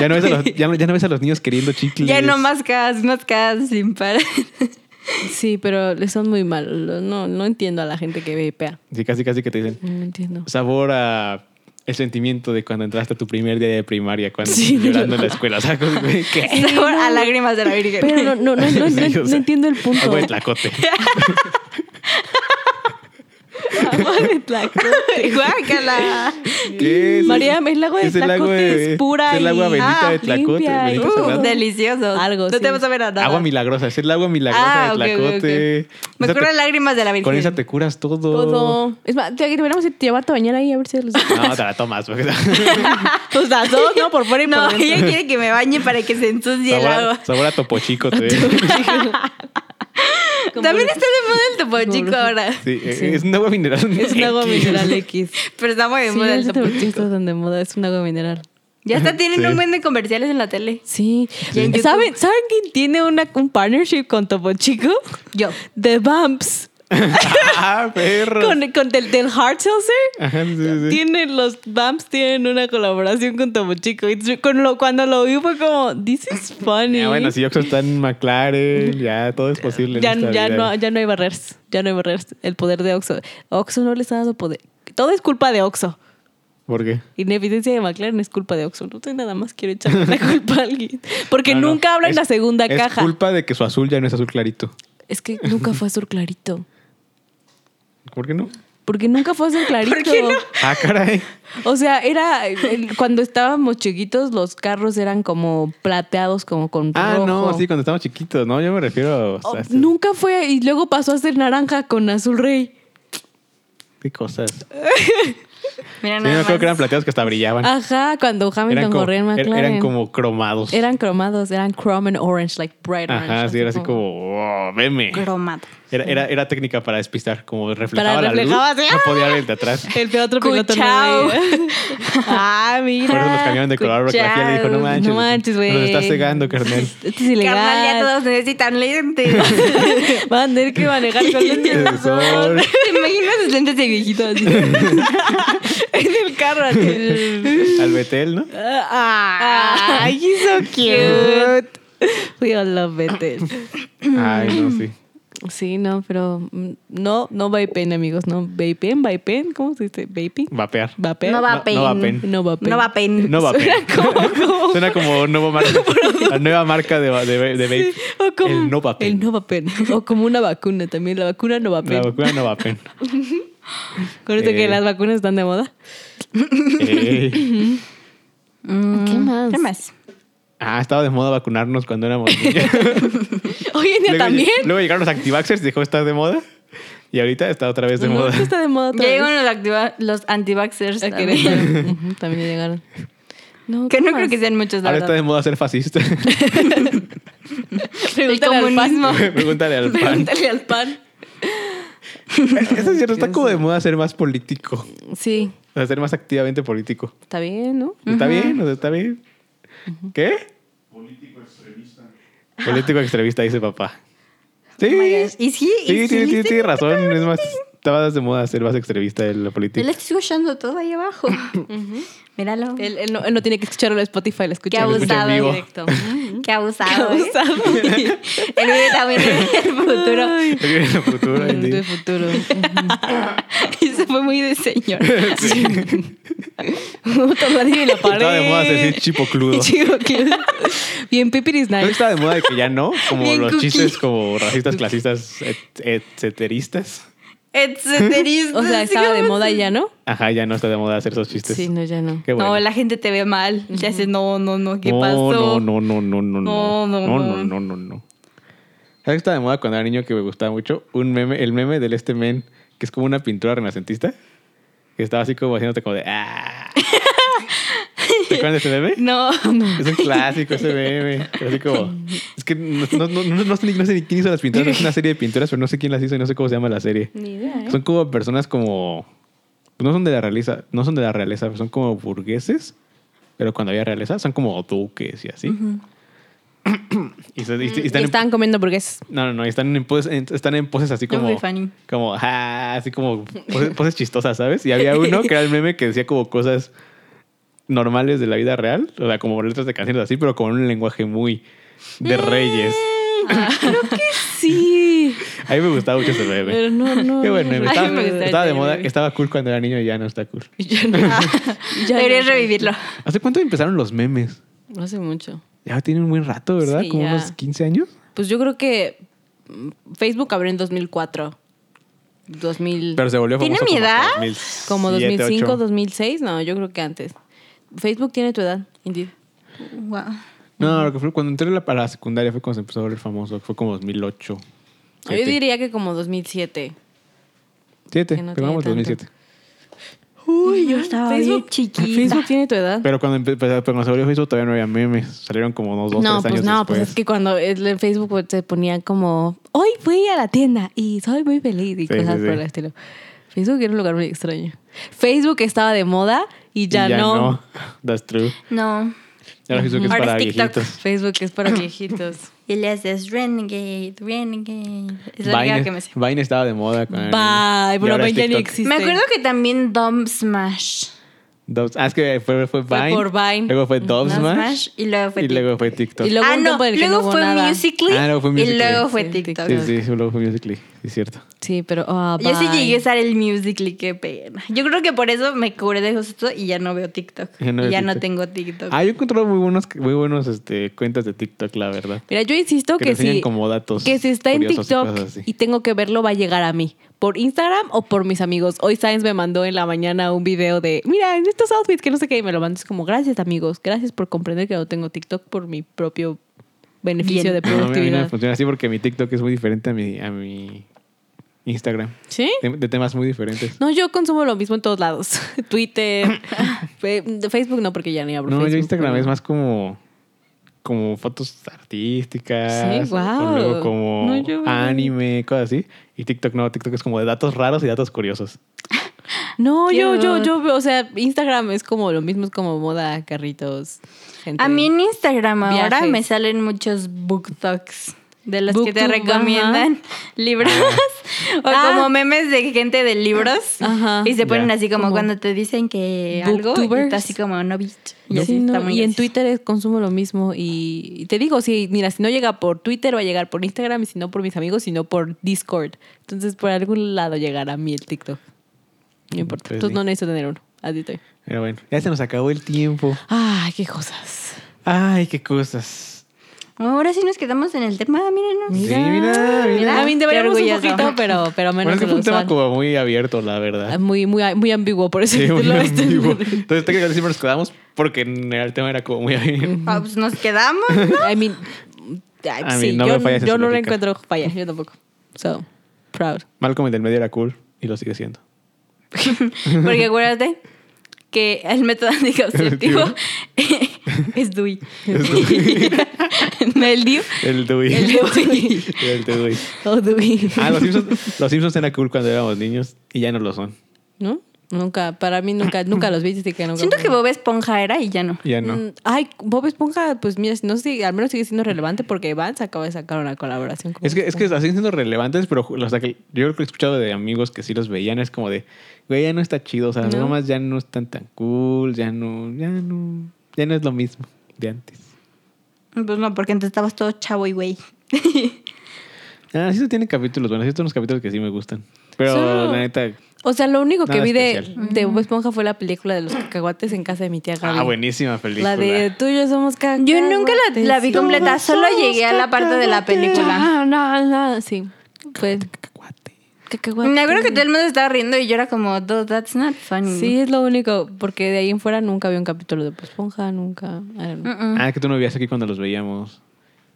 Speaker 1: Ya no ves a los, ya no- ya no ves a los niños queriendo chicles.
Speaker 3: Ya no más gas, más gas. Sin parar.
Speaker 2: Sí, pero le son muy malos. No, no entiendo a la gente que vapea.
Speaker 1: Sí, casi, casi que te dicen
Speaker 2: No entiendo.
Speaker 1: sabor a el sentimiento de cuando entraste a tu primer día de primaria, cuando
Speaker 2: Sí,
Speaker 1: llorando en la
Speaker 2: lloraba.
Speaker 1: escuela. O sea, como, güey, ¿qué?
Speaker 3: [LAUGHS] Sabor
Speaker 2: no,
Speaker 3: a
Speaker 2: no.
Speaker 3: lágrimas de la Virgen.
Speaker 2: Pero
Speaker 3: [LAUGHS]
Speaker 2: no, no, no, no, no-
Speaker 1: [LAUGHS] Sí, o
Speaker 2: no
Speaker 1: sea,
Speaker 2: entiendo el punto. [LAUGHS]
Speaker 1: Agua de tlacote.
Speaker 2: Agua de tlacote.
Speaker 3: Guácala.
Speaker 1: ¿Qué es?
Speaker 2: María, el agua de
Speaker 1: Es el
Speaker 2: tlacote
Speaker 1: agua de-
Speaker 2: es pura
Speaker 1: es el agua
Speaker 2: y-
Speaker 1: bendita
Speaker 2: ah,
Speaker 1: de tlacote,
Speaker 2: limpia y
Speaker 1: bendita
Speaker 2: todo.
Speaker 1: salada.
Speaker 3: Uh, delicioso.
Speaker 2: Algo,
Speaker 3: No
Speaker 2: sí.
Speaker 3: te vas a ver a nada.
Speaker 1: Agua milagrosa, es el agua milagrosa de
Speaker 3: Ah, ok, ok,
Speaker 1: tlacote.
Speaker 3: ok. Me
Speaker 1: Esa te-
Speaker 3: cura lágrimas de la Virgen.
Speaker 1: con esa te curas todo.
Speaker 2: Todo. Es más, te deberíamos ir- llevarte a bañar ahí a ver si los.
Speaker 1: No, te la tomas.
Speaker 2: [LAUGHS]
Speaker 1: porque- [LAUGHS]
Speaker 2: Pues las dos, [LAUGHS] ¿no? Por fuera y
Speaker 3: No,
Speaker 2: por dentro.
Speaker 3: ella quiere que me bañe para que se ensucie el
Speaker 1: sabor,
Speaker 3: agua.
Speaker 1: a, sabor a topo chico.
Speaker 2: [LAUGHS]
Speaker 1: Te
Speaker 2: Como-
Speaker 3: También está de moda el topo
Speaker 2: Como-
Speaker 3: chico ahora.
Speaker 1: Sí, eh,
Speaker 2: Sí.
Speaker 1: es un agua mineral.
Speaker 2: Es un
Speaker 1: [LAUGHS]
Speaker 2: agua
Speaker 1: X.
Speaker 2: mineral X.
Speaker 3: Pero está muy de
Speaker 2: Sí,
Speaker 3: moda el
Speaker 2: ese
Speaker 3: topo
Speaker 2: tabaquito
Speaker 3: chico.
Speaker 2: está tan de moda, es un agua mineral.
Speaker 3: Ya está, tienen
Speaker 1: Sí.
Speaker 3: un buen de comerciales en la tele.
Speaker 2: Sí.
Speaker 3: Y en YouTube.
Speaker 2: ¿Saben, ¿Saben quién tiene una, un partnership con Topo Chico?
Speaker 3: Yo.
Speaker 2: The Bumps.
Speaker 1: ah, perro.
Speaker 2: Con, con del, del Hard Seltzer.
Speaker 1: Ajá, sí, sí.
Speaker 2: Tienen, los Bumps tienen una colaboración con Topo Chico. Y su- con lo, cuando lo vi fue como, this is funny.
Speaker 1: [LAUGHS] Ya, bueno, si Oxxo está en McLaren, ya todo es posible. en
Speaker 2: ya,
Speaker 1: esta
Speaker 2: ya
Speaker 1: vida.
Speaker 2: no, ya no hay barreras. Ya no hay barreras. El poder de Oxo. Oxo no les ha dado poder. Todo es culpa de Oxo.
Speaker 1: ¿Por qué?
Speaker 2: Inevidencia de McLaren es culpa de Oxxo. No sé, nada más quiero echarle
Speaker 1: [LAUGHS]
Speaker 2: la culpa a alguien. Porque
Speaker 1: No, no,
Speaker 2: nunca hablan
Speaker 1: es-
Speaker 2: la segunda
Speaker 1: es
Speaker 2: caja.
Speaker 1: culpa de que su azul ya no es azul clarito.
Speaker 2: Es que nunca fue azul clarito.
Speaker 1: ¿Por qué no?
Speaker 2: Porque nunca fue azul clarito.
Speaker 3: qué no?
Speaker 1: Ah, caray.
Speaker 2: O sea, era el- cuando estábamos chiquitos, los carros eran como plateados, como con
Speaker 1: Ah,
Speaker 2: rojo.
Speaker 1: no, sí, cuando estábamos chiquitos, ¿no? Yo me refiero a-
Speaker 2: Oh,
Speaker 1: a... este-
Speaker 2: nunca fue, y luego pasó a ser naranja con azul rey.
Speaker 1: ¿Qué cosas? Sí,
Speaker 3: Mira,
Speaker 1: yo me
Speaker 3: nada
Speaker 1: acuerdo que eran
Speaker 3: más.
Speaker 1: plateados que hasta brillaban.
Speaker 2: Ajá, cuando
Speaker 1: eran,
Speaker 2: Ah, Hamilton
Speaker 1: como,
Speaker 2: corría en
Speaker 1: er-
Speaker 2: McLaren.
Speaker 1: eran como cromados.
Speaker 2: Eran cromados, eran chrome and orange, like bright orange.
Speaker 1: Ajá, sí, era así como... oh, veme.
Speaker 3: Cromado.
Speaker 1: Era, era, era técnica para despistar, como reflejaba la
Speaker 2: reflejaba
Speaker 1: luz.
Speaker 2: así, ¡ah!
Speaker 1: No podía ver el de atrás.
Speaker 2: El de otro piloto
Speaker 3: Cuchao.
Speaker 2: no veía. [LAUGHS] Ah, mira.
Speaker 1: Por eso los cambiaron de color porque la tía le dijo, no manches,
Speaker 2: No manches, güey.
Speaker 1: nos estás
Speaker 2: [LAUGHS]
Speaker 1: cegando, carnal.
Speaker 2: Esto es ilegal.
Speaker 3: Carnal, ya todos necesitan lentes.
Speaker 2: [LAUGHS]
Speaker 3: [LAUGHS]
Speaker 2: Van a tener que manejar
Speaker 1: [LAUGHS]
Speaker 2: con lentes [LAUGHS]
Speaker 1: El sol.
Speaker 2: azul.
Speaker 3: ¿Te imaginas los lentes de viejito
Speaker 2: [LAUGHS]
Speaker 3: así? en el carro. así.
Speaker 1: Al Betel, ¿no?
Speaker 2: Ah, [LAUGHS] Ay, he's so cute. We all love Betel.
Speaker 1: Ay, no, sí.
Speaker 2: Sí, no, pero mm, no, no vapen, amigos, no vapen, vapen, ¿cómo se dice? Vaping.
Speaker 1: Vapear.
Speaker 2: Vapear. [LAUGHS]
Speaker 3: No
Speaker 1: va-
Speaker 3: vapen.
Speaker 1: no vapen.
Speaker 2: No vapen.
Speaker 3: No vapen.
Speaker 1: No vapear.
Speaker 2: como-
Speaker 1: Suena como nuevo
Speaker 2: [LAUGHS]
Speaker 1: marca, la nueva marca de, va- de, va- de [LAUGHS] vape.
Speaker 2: O como-
Speaker 1: el no vapen.
Speaker 2: El no vapen. O como una vacuna también. La vacuna no vapen.
Speaker 1: La vacuna
Speaker 2: [LAUGHS]
Speaker 1: no vapen.
Speaker 2: Con esto
Speaker 1: Eh.
Speaker 2: que las vacunas están de moda.
Speaker 1: Ey.
Speaker 2: Mm. ¿Qué más?
Speaker 3: Mm, ¿Qué [LAUGHS] más?
Speaker 1: Ah, estaba de moda vacunarnos cuando éramos
Speaker 2: [LAUGHS]
Speaker 1: niños.
Speaker 2: Hoy en día
Speaker 1: Luego
Speaker 2: también.
Speaker 1: lleg- Luego llegaron los antivaxers, dijo, está de moda. Y ahorita está otra vez de
Speaker 2: No,
Speaker 1: moda.
Speaker 2: esto está de
Speaker 3: [LAUGHS]
Speaker 2: moda otra
Speaker 3: Ya llegan
Speaker 2: vez.
Speaker 3: los, activa- los anti-vaxxers.
Speaker 2: A
Speaker 3: también.
Speaker 2: Querétaro. [LAUGHS] Ujú, también llegaron. No,
Speaker 3: [LAUGHS] Que
Speaker 2: ¿qué
Speaker 3: no
Speaker 2: más?
Speaker 3: creo que sean muchos, la
Speaker 1: Ahora está de
Speaker 3: verdad.
Speaker 1: moda ser fascista.
Speaker 3: El
Speaker 2: Pregúntale al pan.
Speaker 3: comunismo.
Speaker 1: [LAUGHS] Pregúntale al pan.
Speaker 2: Pregúntale al pan.
Speaker 1: Eso es cierto, está como de moda ser más político.
Speaker 2: Sí,
Speaker 1: O sea, ser más activamente político.
Speaker 2: está bien, ¿no?
Speaker 1: ¿Está bien? O sea, ¿está bien? ¿Qué? Político Político extremista, dice papá. Sí,
Speaker 3: [LAUGHS] Oh my gosh. Y sí,
Speaker 1: sí,
Speaker 3: y
Speaker 1: tiene-
Speaker 3: sí,
Speaker 1: tiene-
Speaker 3: sí.
Speaker 1: tiene razón. Es más, estabas de moda ser más extremista de la
Speaker 3: Yo la
Speaker 1: política.
Speaker 3: estoy escuchando todo
Speaker 1: [LAUGHS]
Speaker 3: ahí abajo. Míralo.
Speaker 2: Él, él no, él no tiene que escucharlo en Spotify, lo escucha
Speaker 3: Qué
Speaker 2: lo escucha
Speaker 3: abusado.
Speaker 2: en directo.
Speaker 3: Qué
Speaker 2: Qué
Speaker 3: abusado. ¿eh?
Speaker 2: abusado.
Speaker 1: [LAUGHS]
Speaker 3: Él vive también en el futuro.
Speaker 1: Lo que viene en el
Speaker 2: [LAUGHS]
Speaker 1: futuro,
Speaker 2: En
Speaker 1: sí.
Speaker 2: el
Speaker 3: [LAUGHS]
Speaker 2: futuro.
Speaker 3: Eso fue muy de señor.
Speaker 2: Tomar y la pared.
Speaker 1: [LAUGHS] Estaba de moda decir
Speaker 2: [LAUGHS]
Speaker 1: chipocludo.
Speaker 2: Chivo cludo. Bien, pipiris
Speaker 1: ¿No
Speaker 2: nice.
Speaker 1: está de moda de que ya no? Como
Speaker 3: Bien
Speaker 1: los
Speaker 3: cookie.
Speaker 1: chistes como racistas, clasistas, et- etcéteristas.
Speaker 3: Etcéterismo.
Speaker 2: O sea, estaba de moda y ya, ¿no?
Speaker 1: Ajá, ya no está de moda hacer esos chistes.
Speaker 2: Sí, no, ya no.
Speaker 1: Qué bueno.
Speaker 3: No, la gente te ve mal. Ya dices, no, no, no, ¿qué
Speaker 1: no,
Speaker 3: pasó?
Speaker 1: No, no, no, no, no, no.
Speaker 3: No, no,
Speaker 1: No, no,
Speaker 3: no.
Speaker 1: no, no, no. ¿Sabes qué estaba de moda cuando era niño que me gustaba mucho? Un meme, el meme del este men, que es como una pintura renacentista, que estaba así como haciéndote como de
Speaker 3: [LAUGHS]
Speaker 1: ¡Ah! ¿Te acuerdas de ese meme?
Speaker 3: No,
Speaker 1: Es un clásico ese meme. Pero Así como. Es que no, no, no, no- no sé, ni- no sé ni quién hizo las pinturas. Es una serie de pinturas, pero no sé quién las hizo y no sé cómo se llama la serie.
Speaker 2: Ni idea,
Speaker 3: ¿eh?
Speaker 1: Son como personas como. pues no son de la realeza, no son de la realeza, pero son como burgueses. Pero cuando había realeza, son como duques y así. [CLEARS THROAT] y, se- y- y están
Speaker 2: Y
Speaker 1: en-
Speaker 2: estaban comiendo hamburguesas.
Speaker 1: no, no, no, y están en poses, en- están en poses así
Speaker 3: No,
Speaker 1: como.
Speaker 3: muy funny.
Speaker 1: Como, ah, así como poses, poses chistosas, ¿sabes? Y había uno que era el meme que decía como cosas normales de la vida real, o sea, como letras de canciones así, pero con un lenguaje muy de reyes.
Speaker 2: Mm, Sí.
Speaker 1: A mí me gustaba mucho ese meme.
Speaker 2: Pero no, no.
Speaker 1: Ah. Qué bueno,
Speaker 2: no,
Speaker 1: estaba,
Speaker 2: no, no, no.
Speaker 1: estaba de
Speaker 3: ese
Speaker 1: moda,
Speaker 3: meme.
Speaker 1: estaba cool cuando era niño y ya no está cool.
Speaker 2: Ya no. Ya
Speaker 3: deberías
Speaker 2: no.
Speaker 3: revivirlo.
Speaker 1: ¿Hace cuánto empezaron los memes?
Speaker 2: No hace mucho.
Speaker 1: Ya tiene un buen rato, ¿verdad?
Speaker 2: Sí,
Speaker 1: como
Speaker 2: ya.
Speaker 1: unos 15 años.
Speaker 2: Pues yo creo que mm, Facebook abrió en 2004. 2000.
Speaker 1: Pero se volvió
Speaker 3: ¿Tiene
Speaker 1: famoso
Speaker 3: mi
Speaker 1: como hasta
Speaker 3: edad?
Speaker 1: 2007,
Speaker 2: como 2005,
Speaker 1: 2008.
Speaker 2: 2006. No, yo creo que antes. Facebook tiene tu edad, Indeed.
Speaker 3: Wow.
Speaker 1: No, lo que fue cuando entré a la, a la secundaria fue cuando se empezó a volver famoso. Fue como 2008.
Speaker 2: Yo diría que como 2007.
Speaker 1: 7,
Speaker 2: que no
Speaker 1: pero vamos
Speaker 2: tiene
Speaker 1: 2007.
Speaker 3: Uy, yo estaba
Speaker 2: Facebook, Facebook tiene tu edad.
Speaker 1: Pero cuando, empe- pero cuando se volvió Facebook todavía no había memes. Salieron como unos dos,
Speaker 2: no, pues
Speaker 1: tres años
Speaker 2: no,
Speaker 1: después.
Speaker 2: pues es que cuando el el Facebook pues, se ponía como, hoy fui a la tienda y soy muy feliz y
Speaker 1: Sí,
Speaker 2: cosas
Speaker 1: sí, sí.
Speaker 2: por el estilo. Facebook era un lugar muy extraño. Facebook estaba de moda y
Speaker 1: Y
Speaker 2: ya, no.
Speaker 1: That's true.
Speaker 3: No.
Speaker 1: Ahora Facebook es
Speaker 3: Ahora
Speaker 1: para
Speaker 3: es TikTok.
Speaker 1: viejitos.
Speaker 2: Facebook es para
Speaker 1: [COUGHS]
Speaker 2: viejitos.
Speaker 3: Y le haces Renegade, Renegade. Es la única
Speaker 1: Vine,
Speaker 3: que me sé.
Speaker 1: Vine estaba de moda. cuando era niño.
Speaker 2: Bye.
Speaker 1: Y
Speaker 2: Bueno,
Speaker 1: ahora es
Speaker 2: Vine ya ni
Speaker 1: TikTok.
Speaker 2: existe.
Speaker 3: Me acuerdo que también Dumb Smash.
Speaker 1: Dubs- ah, es que fue, fue
Speaker 2: Fue
Speaker 1: Vine.
Speaker 2: por Vine.
Speaker 1: Luego fue Dove
Speaker 3: Dumb
Speaker 1: Smash.
Speaker 3: Y luego fue
Speaker 1: Y luego fue TikTok.
Speaker 2: Y luego
Speaker 3: ah,
Speaker 2: un
Speaker 3: no.
Speaker 2: tiempo en el que no
Speaker 3: Luego
Speaker 2: hubo
Speaker 3: fue
Speaker 2: nada.
Speaker 3: Musically.
Speaker 1: Ah, luego fue
Speaker 3: Y
Speaker 1: Musically.
Speaker 3: luego fue
Speaker 2: Sí,
Speaker 3: TikTok.
Speaker 1: Sí, sí, luego fue Musical.ly. Sí, es cierto.
Speaker 2: Sí, pero ah,
Speaker 3: Yo sí
Speaker 2: bye.
Speaker 3: llegué a usar el Musically, qué pena. Yo creo que por eso me curé de justo y ya no veo TikTok.
Speaker 1: Ya
Speaker 3: Ya
Speaker 1: no
Speaker 3: no,
Speaker 1: veo
Speaker 3: ya no
Speaker 1: TikTok.
Speaker 3: tengo TikTok.
Speaker 1: Ah, yo encontré muy buenos, muy buenos este, cuentas de TikTok, la verdad.
Speaker 2: Mira, yo insisto que,
Speaker 1: Que te enseñan
Speaker 2: si,
Speaker 1: como datos
Speaker 2: que si está en
Speaker 1: curiosos y
Speaker 2: TikTok
Speaker 1: cosas así.
Speaker 2: y tengo que verlo, va a llegar a mí. Por Instagram o por mis amigos. Hoy Sáenz me mandó en la mañana un video de, mira, en estos outfits que no sé qué, y me lo mandas como, gracias amigos, gracias por comprender que no tengo TikTok por mi propio beneficio
Speaker 3: Bien.
Speaker 2: de
Speaker 1: [LAUGHS] No, a mí- a mí no me
Speaker 2: productividad.
Speaker 1: funciona así porque mi TikTok es muy diferente a mi, a mi Instagram.
Speaker 2: ¿Sí?
Speaker 1: De, de temas muy diferentes.
Speaker 2: No, yo consumo lo mismo en todos lados. [LAUGHS]
Speaker 3: [COUGHS]
Speaker 2: Twitter, fe- Facebook no, porque ya ni abro
Speaker 1: No,
Speaker 2: Facebook.
Speaker 1: yo Instagram
Speaker 2: pero-
Speaker 1: es más como como fotos artísticas,
Speaker 2: Sí, guau.
Speaker 1: o luego como
Speaker 2: No, yo-
Speaker 1: anime, cosas así. Y TikTok no, TikTok es como de datos raros y datos curiosos.
Speaker 2: No, yo, yo,
Speaker 3: Cute.
Speaker 2: yo, veo, o sea, Instagram es como lo mismo, es como moda, carritos, gente.
Speaker 3: A mí en Instagram ahora
Speaker 2: Viajes.
Speaker 3: me salen muchos booktoks de los que te
Speaker 2: Booktube,
Speaker 3: recomiendan [LAUGHS] libros o
Speaker 2: Ah.
Speaker 3: como memes de gente de libros
Speaker 2: Ajá.
Speaker 3: y se ponen
Speaker 1: Ya.
Speaker 3: así como,
Speaker 2: Como
Speaker 3: cuando te dicen que algo y
Speaker 2: Booktubers.
Speaker 3: está así como no vi y
Speaker 2: Sí,
Speaker 3: así está
Speaker 2: no,
Speaker 3: muy
Speaker 2: y en
Speaker 3: gracioso.
Speaker 2: Twitter es- consumo lo mismo. Y, y te digo, si, mira, si no llega por Twitter, va a llegar por Instagram, y si no por mis amigos, sino por Discord. Entonces, por algún lado llegará a mí el TikTok. No importa.
Speaker 1: Pues
Speaker 2: Entonces,
Speaker 1: sí.
Speaker 2: no necesito tener uno. Así estoy.
Speaker 1: Pero bueno, ya se nos acabó el tiempo.
Speaker 2: Ay, qué cosas.
Speaker 1: Ay, qué cosas.
Speaker 3: Ahora sí nos quedamos en el tema, mírenos.
Speaker 1: Sí, mira, mira.
Speaker 2: A mí
Speaker 3: Qué
Speaker 2: deberíamos un
Speaker 3: orgulloso.
Speaker 2: poquito, pero, pero
Speaker 1: Bueno,
Speaker 2: menos
Speaker 1: es que
Speaker 2: de
Speaker 1: fue un
Speaker 2: lo
Speaker 1: tema
Speaker 2: usual.
Speaker 1: como muy abierto, la
Speaker 2: Ah,
Speaker 1: verdad.
Speaker 2: Muy, muy, muy ambiguo, por eso [LAUGHS]
Speaker 1: Sí,
Speaker 2: el
Speaker 1: muy
Speaker 2: título es- [LAUGHS]
Speaker 1: ambiguo. Entonces, técnicamente siempre nos quedamos porque el tema era como muy
Speaker 2: Mm.
Speaker 1: abierto.
Speaker 3: Ah, pues nos quedamos.
Speaker 2: I mean, ay,
Speaker 1: A
Speaker 2: sí,
Speaker 1: mí no
Speaker 2: yo,
Speaker 1: me falla esa
Speaker 2: yo no le
Speaker 1: lógica.
Speaker 2: encuentro falla, yo tampoco. So, proud.
Speaker 1: Malcolm el del medio era cool y lo sigue siendo. [LAUGHS]
Speaker 3: Porque acuérdate que el método [LAUGHS] anticonceptivo [LAUGHS] es Dewey. [LAUGHS] no el Dew,
Speaker 1: El Dewey.
Speaker 3: el
Speaker 1: [LAUGHS]
Speaker 3: Dewey.
Speaker 1: El
Speaker 2: How
Speaker 1: Ah, Dewey.
Speaker 2: do we-
Speaker 1: Ah, los Simpsons, los Simpsons eran cool cuando éramos niños y ya no lo son.
Speaker 2: ¿No? Nunca, para mí
Speaker 1: [COUGHS]
Speaker 2: nunca, nunca los vi, así que nunca.
Speaker 3: Siento que Bob Esponja era y ya no.
Speaker 1: Ya no.
Speaker 2: Mm, Ay, Bob Esponja, pues mira, no sé, al menos sigue siendo relevante porque Vance acaba de sacar una colaboración con
Speaker 1: Es que,
Speaker 2: Bob
Speaker 1: es que
Speaker 2: Esponja.
Speaker 1: siguen siendo relevantes, pero o sea, que yo creo que he escuchado de amigos que sí los veían, es como de, güey, ya no está chido, o sea, las
Speaker 2: No.
Speaker 1: bromas ya no están tan cool, ya no, ya no, ya no es lo mismo de antes.
Speaker 3: Pues no, porque antes estabas todo chavo y güey.
Speaker 1: Ah, sí se tienen capítulos, bueno, sí son los capítulos que sí me gustan. Pero
Speaker 2: Solo-
Speaker 1: la neta, ah,
Speaker 2: O sea, lo único que
Speaker 1: Nada
Speaker 2: vi de,
Speaker 1: especial.
Speaker 3: Mm.
Speaker 2: de Bob Esponja fue la película de los cacahuates en casa de mi tía Gaby.
Speaker 1: ah, buenísima película.
Speaker 2: La de tú y yo somos cacahuates.
Speaker 3: Yo nunca la, la vi completa, solo llegué a la parte de la película.
Speaker 2: Ah, no, no, sí. Fue
Speaker 1: Cacahuate.
Speaker 2: cacahuates.
Speaker 3: Me acuerdo que todo el mundo estaba riendo y yo era como, "Dude, that's not funny.
Speaker 2: Mm. Sí, es lo único, porque de ahí en fuera nunca vi un capítulo de Bob Esponja, nunca. I don't know.
Speaker 3: Mm-mm.
Speaker 1: Ah, que tú no vivías aquí cuando los veíamos.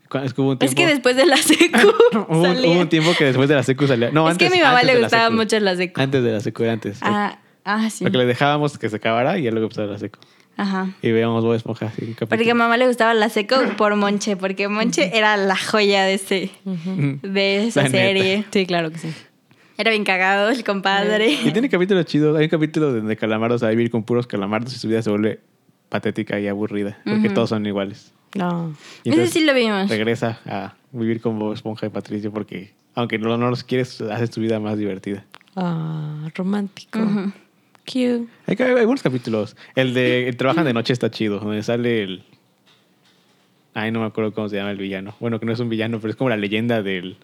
Speaker 1: Cu- Es que hubo un tiempo.
Speaker 3: Mm. es que después de la secu
Speaker 1: [LAUGHS] hubo, un-
Speaker 3: salía.
Speaker 1: hubo un tiempo que después de la secu salía. No,
Speaker 3: es
Speaker 1: antes,
Speaker 3: que a mi mamá
Speaker 1: antes de
Speaker 3: le
Speaker 1: la
Speaker 3: gustaba
Speaker 1: secu.
Speaker 3: mucho la secu.
Speaker 1: Antes de la secu, era antes.
Speaker 3: Ah, ah, sí.
Speaker 1: Porque le dejábamos que se acabara y ya luego empezaba la secu.
Speaker 3: Ajá.
Speaker 1: Y veíamos Bob Esponja. así, un capítulo.
Speaker 3: Porque a mamá le gustaba la seco por Monche, porque Monche era la joya de ese, de esa
Speaker 1: La neta.
Speaker 3: serie.
Speaker 2: Sí, claro que sí.
Speaker 3: Era bien cagado
Speaker 1: [LAUGHS]
Speaker 3: el
Speaker 1: Y
Speaker 3: compadre.
Speaker 1: tiene capítulos chidos. Hay un capítulo donde Calamardo se va a vivir con puros calamardos y su vida se vuelve patética y aburrida. Porque todos son iguales.
Speaker 2: No.
Speaker 1: Y
Speaker 3: [LAUGHS] Ese
Speaker 1: entonces
Speaker 3: sí lo vimos.
Speaker 1: regresa a vivir con Bob Esponja y Patricio porque, aunque no, no los quieres, haces tu vida más divertida.
Speaker 2: Ah, romántico.
Speaker 3: Ujú.
Speaker 2: Cute.
Speaker 1: Hay, ca- hay buenos capítulos. El de el Trabajan de Noche está chido, donde sale el... Ay, no me acuerdo cómo se llama el villano. Bueno, que no es un villano, pero es como la leyenda del...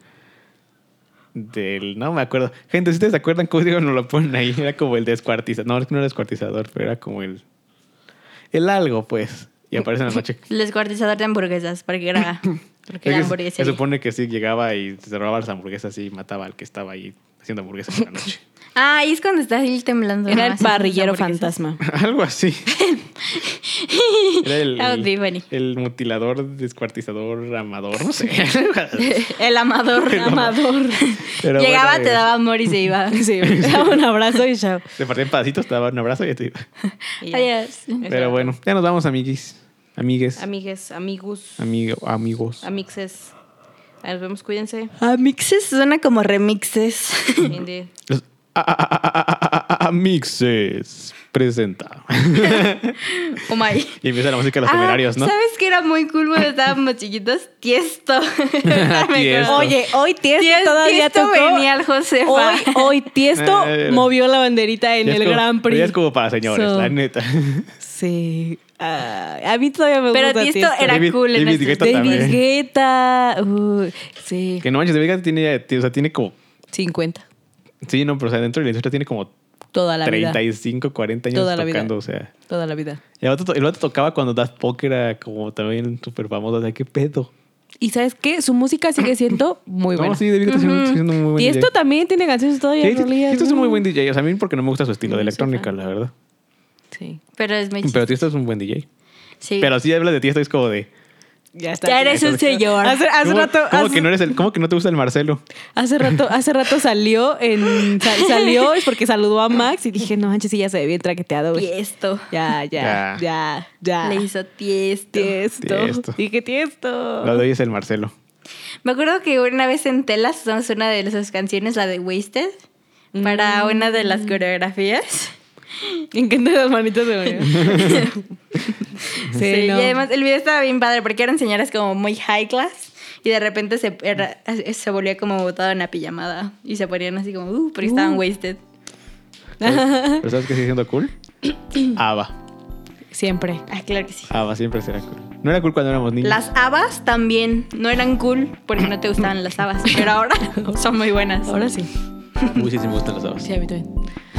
Speaker 1: Del... No me acuerdo. Gente, si ustedes se acuerdan cómo digo, no lo ponen ahí. Era como el descuartizador. No, es que no era descuartizador, pero era como el... El algo, pues. Y aparece en la noche.
Speaker 3: El descuartizador de hamburguesas,
Speaker 1: [COUGHS]
Speaker 3: porque era,
Speaker 1: Es
Speaker 3: porque era
Speaker 1: que se, se
Speaker 3: hamburguesería.
Speaker 1: supone que sí, llegaba y se robaba las hamburguesas y mataba al que estaba ahí haciendo hamburguesas en la
Speaker 2: [LAUGHS]
Speaker 1: noche. [LAUGHS]
Speaker 3: Ah, ahí es cuando está ahí temblando.
Speaker 2: Era el
Speaker 3: nomás, haciendo
Speaker 2: parrillero
Speaker 3: hamburguesas.
Speaker 2: fantasma.
Speaker 1: Algo así. Era el,
Speaker 2: Ah,
Speaker 3: That would be
Speaker 1: el,
Speaker 3: funny.
Speaker 1: el mutilador, descuartizador, amador, no sé.
Speaker 3: [LAUGHS]
Speaker 1: [LAUGHS]
Speaker 3: El amador.
Speaker 1: El
Speaker 3: amador.
Speaker 1: Pero
Speaker 3: Llegaba,
Speaker 1: bueno,
Speaker 3: te
Speaker 1: es-
Speaker 3: daba amor y
Speaker 2: [LAUGHS]
Speaker 3: se iba.
Speaker 2: Sí, me daba un abrazo y chao.
Speaker 1: Te partía en pedacitos, te daba un abrazo y te iba.
Speaker 2: Y ya.
Speaker 3: Adiós.
Speaker 1: Pero bueno, ya nos vamos, amiguis. Amigues.
Speaker 2: Amigues, amigus,
Speaker 1: Amigo, amigos.
Speaker 2: amixes. Ahí Nos vemos, cuídense.
Speaker 3: Ah, mixes suena como remixes.
Speaker 2: Inde.
Speaker 1: Los- a- a- a- a- a- Amixes presenta.
Speaker 3: Oh my.
Speaker 1: y empieza la música de los
Speaker 3: Ah,
Speaker 1: temerarios, ¿no?
Speaker 3: ¿Sabes que era muy cool cuando estábamos chiquitos?
Speaker 2: [LAUGHS]
Speaker 1: [LAUGHS]
Speaker 3: Tiesto. Ahorita me
Speaker 1: Tiesto.
Speaker 3: acuerdo.
Speaker 2: Oye, hoy Tiesto
Speaker 3: Ties-
Speaker 2: todavía
Speaker 3: Tiesto
Speaker 2: tocó.
Speaker 3: genial, Josefa.
Speaker 2: Hoy, hoy
Speaker 1: [LAUGHS]
Speaker 2: Tiesto
Speaker 1: Eh, era.
Speaker 2: movió la banderita en
Speaker 1: Ya es
Speaker 2: el
Speaker 1: como-
Speaker 2: Gran
Speaker 1: pero
Speaker 2: Prix.
Speaker 1: ya es como para señores,
Speaker 2: So,
Speaker 1: la neta. [LAUGHS]
Speaker 2: Sí. Ah, a mí todavía me
Speaker 3: Pero
Speaker 2: gusta
Speaker 3: Tiesto era
Speaker 1: David-
Speaker 3: cool
Speaker 1: David
Speaker 3: en nuestros
Speaker 1: Guetta
Speaker 2: David
Speaker 1: también.
Speaker 2: Guetta. Uy, sí.
Speaker 1: Que no manches, de verdad tiene, o sea, tiene como.
Speaker 2: 50.
Speaker 1: Sí, no, pero o sea, dentro de la industria tiene como
Speaker 2: Toda la vida.
Speaker 1: 35, 40 años
Speaker 2: Toda la vida.
Speaker 1: tocando, o sea.
Speaker 2: Toda la vida.
Speaker 1: El vato, to- el vato tocaba cuando Daft Punk era como también súper famoso. O sea, ¿qué pedo?
Speaker 2: Y ¿sabes qué? Su música sigue siendo muy
Speaker 1: no,
Speaker 2: buena.
Speaker 1: sí, David Guetta es un- es un muy buen
Speaker 2: Y esto
Speaker 1: DJ.
Speaker 2: también tiene canciones todavía.
Speaker 1: Sí, sí,
Speaker 2: rolillas,
Speaker 1: Tiesto es un muy
Speaker 2: ¿no?
Speaker 1: buen DJ. O sea, a mí porque no me gusta su estilo de
Speaker 2: No soy
Speaker 1: electrónica,
Speaker 2: fan.
Speaker 1: la verdad.
Speaker 2: Sí.
Speaker 3: Pero es muy
Speaker 1: Pero
Speaker 3: chis-
Speaker 1: Tiesto es un buen DJ.
Speaker 3: sí.
Speaker 1: Pero si hablas de Tiesto es como de...
Speaker 2: Ya está.
Speaker 3: Ya eres un señor.
Speaker 2: Hace, hace
Speaker 1: ¿Cómo,
Speaker 2: rato.
Speaker 1: cómo
Speaker 2: hace-
Speaker 1: que no eres el, ¿Cómo que no te gusta el Marcelo?
Speaker 2: Hace rato, hace rato salió en
Speaker 3: [LAUGHS]
Speaker 2: sal- salió es porque saludó a Max y dije, no manches, sí, ya se ve bien traqueteado. güey".
Speaker 3: Tiesto.
Speaker 2: Ya, ya, ya, ya.
Speaker 3: Le hizo tiesto.
Speaker 2: [LAUGHS] tiesto.
Speaker 1: Tiesto.
Speaker 2: Dije tiesto.
Speaker 1: Lo de hoy es el Marcelo.
Speaker 3: Me acuerdo que una vez en telas usamos una de esas canciones, la de Wasted, para
Speaker 2: Mm.
Speaker 3: una de las coreografías.
Speaker 2: Encanté las manitas
Speaker 1: [LAUGHS]
Speaker 2: de Mario. [LAUGHS] sí,
Speaker 3: Sí,
Speaker 2: no.
Speaker 3: Y además el video estaba bien padre porque eran señoras como muy high class y de repente se, era- se volvía como botada una pijamada y se ponían así como, uh, porque estaban
Speaker 2: Uh.
Speaker 3: wasted.
Speaker 1: ¿Pero sabes qué sigue siendo cool?
Speaker 2: [CLEARS THROAT]
Speaker 1: Ava.
Speaker 2: [LAUGHS] Siempre.
Speaker 3: Ah, claro que sí.
Speaker 1: Ava siempre será cool. No era cool cuando éramos niños.
Speaker 3: Las habas también no eran cool porque no te gustaban las habas,
Speaker 2: [LAUGHS]
Speaker 3: pero ahora son muy buenas.
Speaker 2: Ahora sí.
Speaker 1: Uy, sí, sí me gustan las habas.
Speaker 2: Sí, a mí también.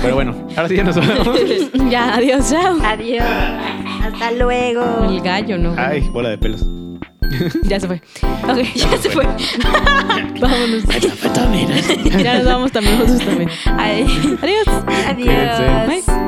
Speaker 1: Pero bueno, ahora sí ya nos vamos.
Speaker 2: [LAUGHS] Ya, adiós, chao.
Speaker 3: Adiós. Hasta luego.
Speaker 2: El gallo, ¿no?
Speaker 1: Ay, bola de pelos.
Speaker 2: Ya se fue. Ok, [LAUGHS]
Speaker 3: Ya se
Speaker 1: [LAUGHS]
Speaker 3: fue.
Speaker 2: vámonos.
Speaker 1: ¿eh?
Speaker 2: ya nos vamos también nosotros también.
Speaker 3: Ay. [LAUGHS]
Speaker 2: Adiós.
Speaker 1: Cuídense.
Speaker 3: Adiós.
Speaker 2: Bye.